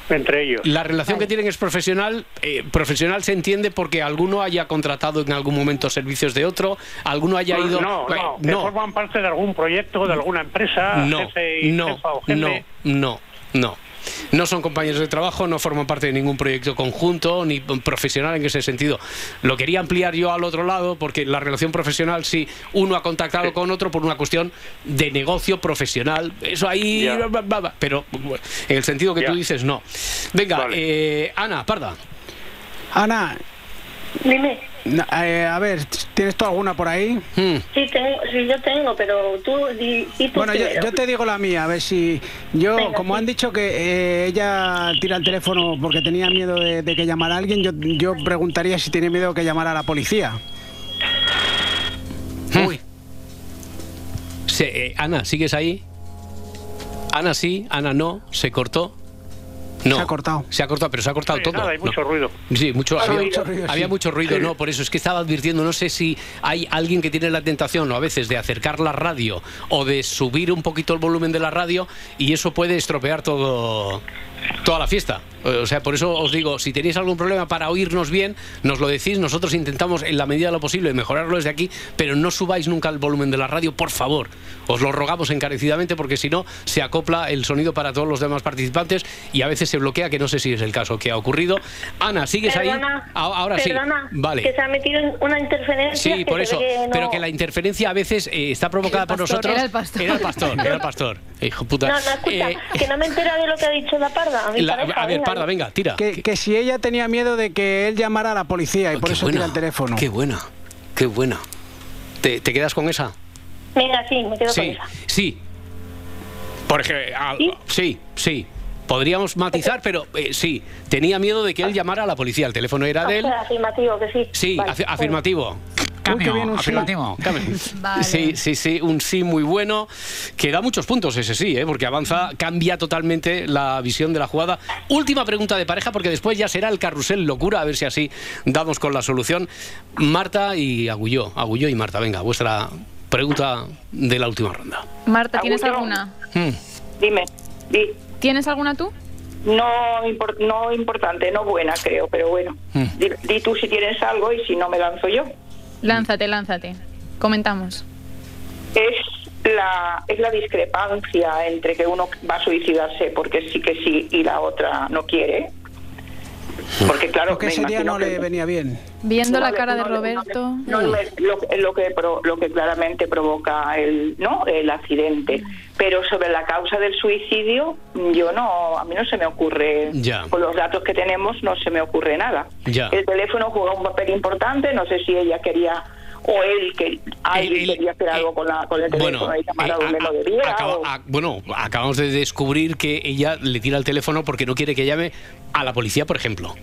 H: entre ellos.
A: La relación que tienen es profesional. eh, profesional se entiende porque alguno haya contratado en algún momento servicios de otro, alguno haya ido.
H: Pues No,
A: Bueno,
H: no, que forman parte de algún proyecto, de alguna empresa,
A: no,
H: jefe y
A: no,
H: jefa o jefe.
A: no, no, no. No son compañeros de trabajo, no forman parte de ningún proyecto conjunto ni profesional en ese sentido. Lo quería ampliar yo al otro lado porque la relación profesional, si uno ha contactado con otro por una cuestión de negocio profesional, eso ahí.
Q: Ya.
A: ba, ba, ba, Pero bueno, en el sentido que tú dices, no. Venga, eh, Ana, parda.
B: Ana,
J: Dime,
B: na- eh, a ver, ¿tienes tú alguna por ahí?
A: Hmm.
J: sí, tengo, sí, yo tengo, pero tú... Di, di tú
B: Bueno, yo,
J: primero.
B: yo te digo la mía, a ver si yo,
J: Venga,
B: como
J: sí.
B: han dicho que eh, ella tira el teléfono porque tenía miedo de, de que llamara a alguien, yo, yo preguntaría si tiene miedo que llamara a la policía.
A: Uy. Se- eh, Ana, ¿sigues ahí? Ana sí, Ana no, se cortó. No. Se ha cortado. Se ha cortado, pero se ha cortado
H: Sí,
A: todo.
H: Eh, nada, hay mucho ruido.
A: Sí, mucho,
H: Había
A: había,
H: mucho ruido,
A: había
H: sí.
A: mucho ruido,
H: Sí.
A: no, por eso es que estaba advirtiendo, no sé si hay alguien que tiene la tentación o a veces de acercar la radio o de subir un poquito el volumen de la radio y eso puede estropear todo toda la fiesta. Eh, O sea, por eso os digo, si tenéis algún problema para oírnos bien, nos lo decís, nosotros intentamos en la medida de lo posible mejorarlo desde aquí, pero no subáis nunca el volumen de la radio, por favor. Os lo rogamos encarecidamente porque si no se acopla el sonido para todos los demás participantes y a veces se bloquea, que no sé si es el caso que ha ocurrido. Ana, ¿sigues ahí?
J: Perdona,
A: Ah, Ahora
J: perdona,
A: sí. Vale.
J: Que se ha metido en una interferencia.
A: Sí,
J: que
A: por
J: se
A: eso.
J: ve no-
A: Pero que la interferencia a veces eh, está provocada por
J: pastor,
A: nosotros.
J: era el pastor.
A: Era el pastor. era el pastor. Hijo puta.
J: No, no, escucha,
A: Eh,
J: que no me he enterado de lo que ha dicho la parda. A, mi
A: la-
J: pareja,
A: a ver,
J: venga,
A: Parda, venga, tira.
B: Que, que si ella tenía miedo de que él llamara a la policía y por eso tira el teléfono.
A: Qué buena, qué buena. ¿Te, te quedas con esa?
J: Venga, sí, me quedo con
A: Sí,
J: esa.
A: sí. Por ejemplo, ah, sí, sí. Podríamos matizar, pero eh, sí. Tenía miedo de que él llamara a la policía. El teléfono era
J: Ah,
A: de él.
J: espera, afirmativo, que sí.
A: Sí,
J: Vale,
A: afi-
J: bueno.
A: afirmativo.
J: qué bien un sí.
A: afirmativo. Cambio. Sí, sí, sí, un sí muy bueno que da muchos puntos ese sí, ¿eh? porque avanza, cambia totalmente la visión de la jugada. Última pregunta de pareja, porque después ya será el carrusel locura, a ver si así damos con la solución. Marta y Agulló, Agulló y Marta, venga, vuestra pregunta de la última ronda.
C: Marta, ¿tienes alguna?
A: Mm.
I: Dime,
C: ¿Tienes alguna tú?
I: no, impor- no importante, no buena, creo, pero bueno. Di, di tú si tienes algo y si no me lanzo yo.
C: Lánzate, lánzate. Comentamos.
I: es la es la discrepancia entre que uno va a suicidarse porque sí que sí y la otra no quiere. Porque claro,
B: Porque
I: me
B: ese día
I: imagino
B: no
I: que-
B: le venía bien.
C: Viendo
I: No
C: la
I: le-
C: cara
I: no
C: de
I: le-
C: Roberto.
A: Mm.
I: no le- lo, lo que pro- lo que claramente provoca el no el accidente, pero sobre la causa del suicidio yo no a mí no se me ocurre
A: Ya.
I: con los datos que tenemos no se me ocurre nada.
A: Ya.
I: El teléfono juega un papel importante, no sé si ella quería o él que alguien quería hacer algo con la con el teléfono
A: eh, bueno,
I: y llamar
A: eh,
I: a donde
A: a-
I: no debiera.
A: Acaba-
I: o-
A: a- bueno, acabamos de descubrir que ella le tira el teléfono porque no quiere que llame a la policía, por ejemplo.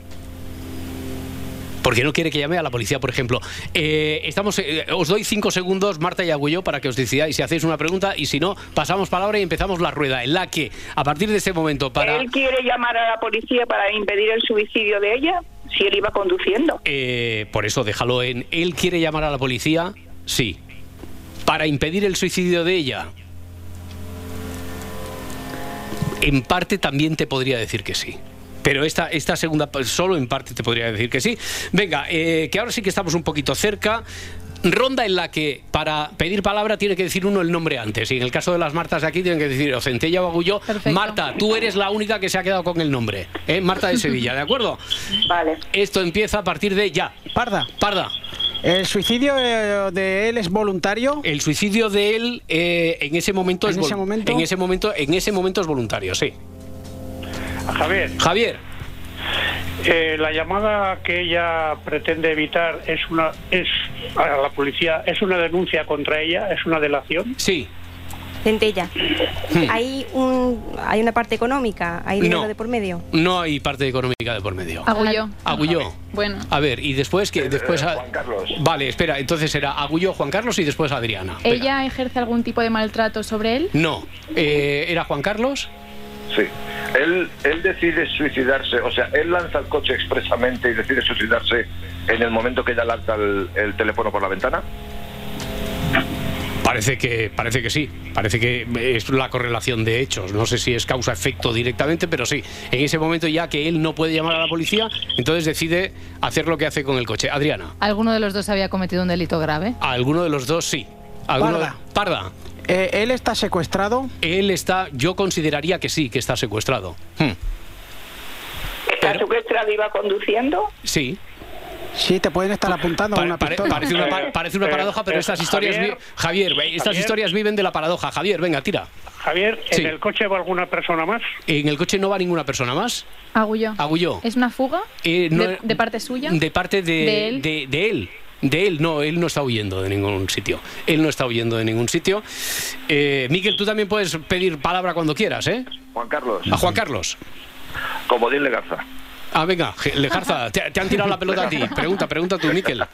A: Porque no quiere que llame a la policía, por ejemplo. Eh, estamos, eh, os doy cinco segundos, Marta y Agullo, para que os decidáis si hacéis una pregunta y si no, pasamos palabra y empezamos la rueda, en la que, a partir de este momento, para...
I: ¿Él quiere llamar a la policía para impedir el suicidio de ella? Si él iba conduciendo.
A: Eh, por eso, déjalo en. ¿Él quiere llamar a la policía? Sí. Para impedir el suicidio de ella. En parte también te podría decir que sí. Pero esta, esta segunda, pa- solo en parte te podría decir que sí. Venga, eh, que ahora sí que estamos un poquito cerca. Ronda en la que para pedir palabra tiene que decir uno el nombre antes. Y en el caso de las Martas de aquí tienen que decir o Centella o Agullo. Marta, tú eres la única que se ha quedado con el nombre. ¿eh? Marta de Sevilla, ¿de acuerdo?
I: Vale.
A: Esto empieza a partir de ya.
B: Parda.
A: Parda.
B: ¿El suicidio eh, de él es voluntario?
A: El suicidio de él eh, en ese momento
B: ¿En
A: es vol-
B: ese momento?
A: en ese momento en ese momento es voluntario, sí.
H: Javier,
A: Javier,
H: eh, la llamada que ella pretende evitar es una es a la policía es una denuncia contra ella, es una delación.
A: Sí.
D: Centella, ¿hay, un, ¿hay una parte económica? ¿Hay dinero
A: Hmm. No.
D: de por medio?
A: no hay parte económica de por medio.
C: Agullo.
A: Agullo.
C: Bueno.
A: A ver, y después que después a- Vale, espera, entonces será Agullo, Juan Carlos y después Adriana. Venga.
C: ¿Ella ejerce algún tipo de maltrato sobre él?
A: No, eh, era Juan Carlos.
E: Sí. Él, él decide suicidarse, o sea, él lanza el coche expresamente y decide suicidarse en el momento que ella lanza el, el teléfono por la ventana.
A: Parece que parece que sí, parece que es la correlación de hechos. No sé si es causa efecto directamente, pero sí. En ese momento ya que él no puede llamar a la policía, entonces decide hacer lo que hace con el coche. Adriana,
F: ¿Alguno de los dos había cometido un delito grave?
A: a alguno de los dos sí. Alguno de-
B: Parda.
A: Parda.
B: Eh, ¿Él está secuestrado?
A: Él está, yo consideraría que sí, que está secuestrado. Hmm,
I: ¿Está secuestrado y iba conduciendo?
A: Sí.
B: Sí, te pueden estar apuntando con
A: Pare-
B: una
A: pare-
B: pistola.
A: parece, una,
H: Eh,
A: par- parece una paradoja, pero estas historias, vi- Eh, Javier, estas
H: Javier.
A: historias viven de la paradoja. Javier, venga, tira.
H: Javier, ¿en
A: Sí.
H: el coche va alguna persona más?
A: En el coche no va ninguna persona más.
C: Agullo.
A: Agullo.
C: ¿Es una fuga?
A: Ah, Eh, no-
C: de, de parte suya?
A: De parte de,
C: ¿De él?
A: De, de él. De él, no, él no está huyendo de ningún sitio. Él no está huyendo de ningún sitio. Eh, Miquel, tú también puedes pedir palabra cuando quieras, ¿eh?
E: Juan Carlos.
A: A Juan Carlos.
E: Como dile Garza.
A: Ah, venga, Je- Lejarza, te, te han tirado la pelota a ti. Pregunta, pregunta tú, Miquel.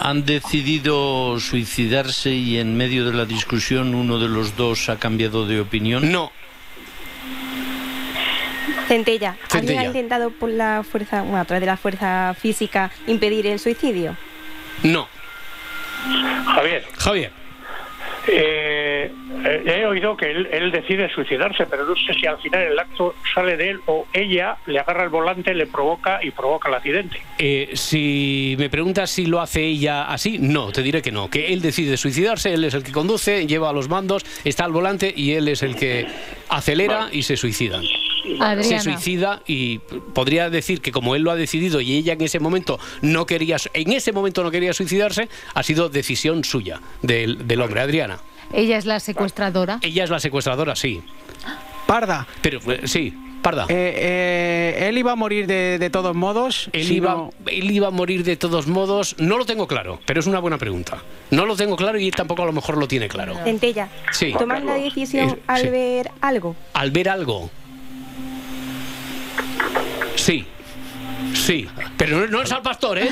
Q: Han decidido suicidarse y en medio de la discusión uno de los dos ha cambiado de opinión.
A: No.
D: Centella, ¿alguien
Q: Centella.
D: ha intentado por la fuerza, bueno, a través de la fuerza física impedir el suicidio?
A: No.
H: Javier.
A: Javier.
H: Eh, eh, he oído que él, él decide suicidarse, pero no sé si al final el acto sale de él o ella le agarra el volante, le provoca y provoca el accidente.
A: Eh, si me preguntas si lo hace ella así, no, te diré que no. Que él decide suicidarse, él es el que conduce, lleva a los mandos, está al volante y él es el que acelera y se suicidan.
F: Adriana.
A: Se suicida y podría decir que como él lo ha decidido y ella en ese momento no quería, en ese momento no quería suicidarse, ha sido decisión suya del, del hombre, Adriana.
F: ¿Ella es la secuestradora?
A: Ella es la secuestradora, sí.
B: Parda.
A: Pero eh, sí, parda.
B: Eh, eh, él iba a morir de, de todos modos.
A: Él,
B: si
A: iba,
B: no-
A: él iba a morir de todos modos. No lo tengo claro, pero es una buena pregunta. No lo tengo claro y él tampoco a lo mejor lo tiene claro.
D: Centella,
A: Sí.
D: ¿tomas la decisión
A: Eh,
D: al
A: sí.
D: ver algo?
A: Al ver algo. Sí. Sí. Pero no, no es al pastor, ¿eh?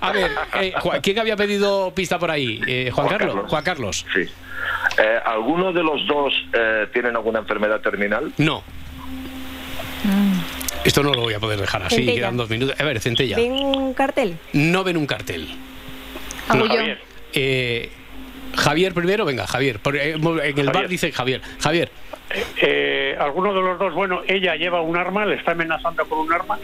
A: A ver, eh, Ju- ¿quién había pedido pista por ahí? Eh, Juan, Carlos. Juan Carlos.
E: Sí. Eh, ¿Alguno de los dos eh, tienen alguna enfermedad terminal?
A: No. Esto no lo voy a poder dejar así,
D: Centella.
A: quedan dos minutos. A ver, centella.
D: ¿Ven un cartel?
A: No ven un cartel.
D: Agullo.
A: Eh, Javier primero, venga, Javier. Por- eh, En el bar
H: Javier.
A: dice Javier. Javier,
H: Eh, alguno de los dos, bueno, ella lleva un arma, le está amenazando con un arma.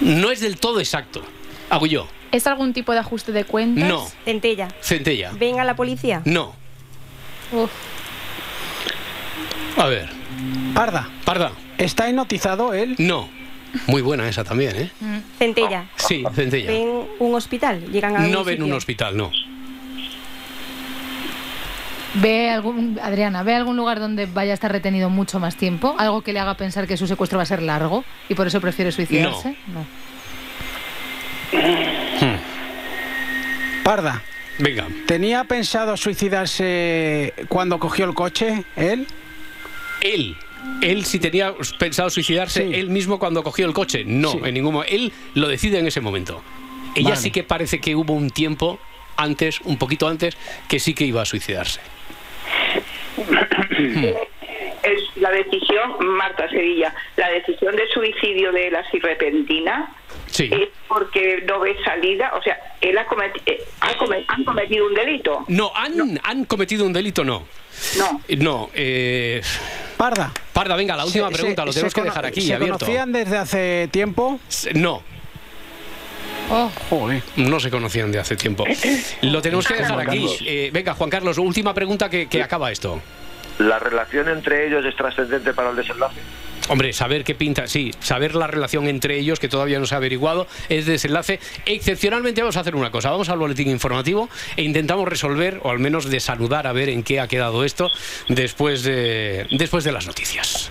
A: no es del todo exacto. Hago yo.
C: ¿Es algún tipo de ajuste de cuentas?
A: No.
D: Centella.
A: Centella.
D: Venga la policía.
A: No.
C: Uf.
A: A ver.
B: Parda.
A: Parda.
B: ¿Está hipnotizado él?
A: No. Muy buena esa también, ¿eh?
D: Centella.
A: Sí, Centella.
D: Ven un hospital. Llegan a
A: No
D: un
A: ven
D: sitio.
A: un hospital, no.
F: ¿Ve algún, Adriana, ¿ve algún lugar donde vaya a estar retenido mucho más tiempo? ¿Algo que le haga pensar que su secuestro va a ser largo y por eso prefiere suicidarse? No.
B: Hmm. Parda.
A: Venga.
B: ¿Tenía pensado suicidarse cuando cogió el coche él?
A: Él. Él si tenía pensado suicidarse él mismo cuando cogió el coche. No, en ningún momento. Él lo decide en ese momento. Ella
B: Vale.
A: sí que parece que hubo un tiempo antes, un poquito antes, que sí que iba a suicidarse.
I: Es la decisión, Marta Sevilla, la decisión de suicidio de él así repentina
A: Sí.
I: es porque no ve salida. O sea, él ha cometi- eh, ha come- han cometido un delito.
A: No, han, han cometido un delito, no.
I: No.
A: No. eh,
B: Parda.
A: Parda, venga, la última
B: Se-
A: pregunta,
B: se-
A: lo
B: se
A: tenemos que
B: cono-
A: dejar aquí
B: ¿Se
A: abierto.
B: conocían desde hace tiempo?
A: Se- No,
F: Oh.
A: no se conocían de hace tiempo. Lo tenemos que dejar
E: Juan
A: aquí.
E: Carlos.
A: Eh, venga, Juan Carlos, última pregunta que, que acaba esto.
E: ¿La relación entre ellos es trascendente para el desenlace?
A: Hombre, saber qué pinta, sí, saber la relación entre ellos, que todavía no se ha averiguado, es desenlace. Excepcionalmente vamos a hacer una cosa, vamos al boletín informativo e intentamos resolver, o al menos desanudar, a ver en qué ha quedado esto después de, después de las noticias.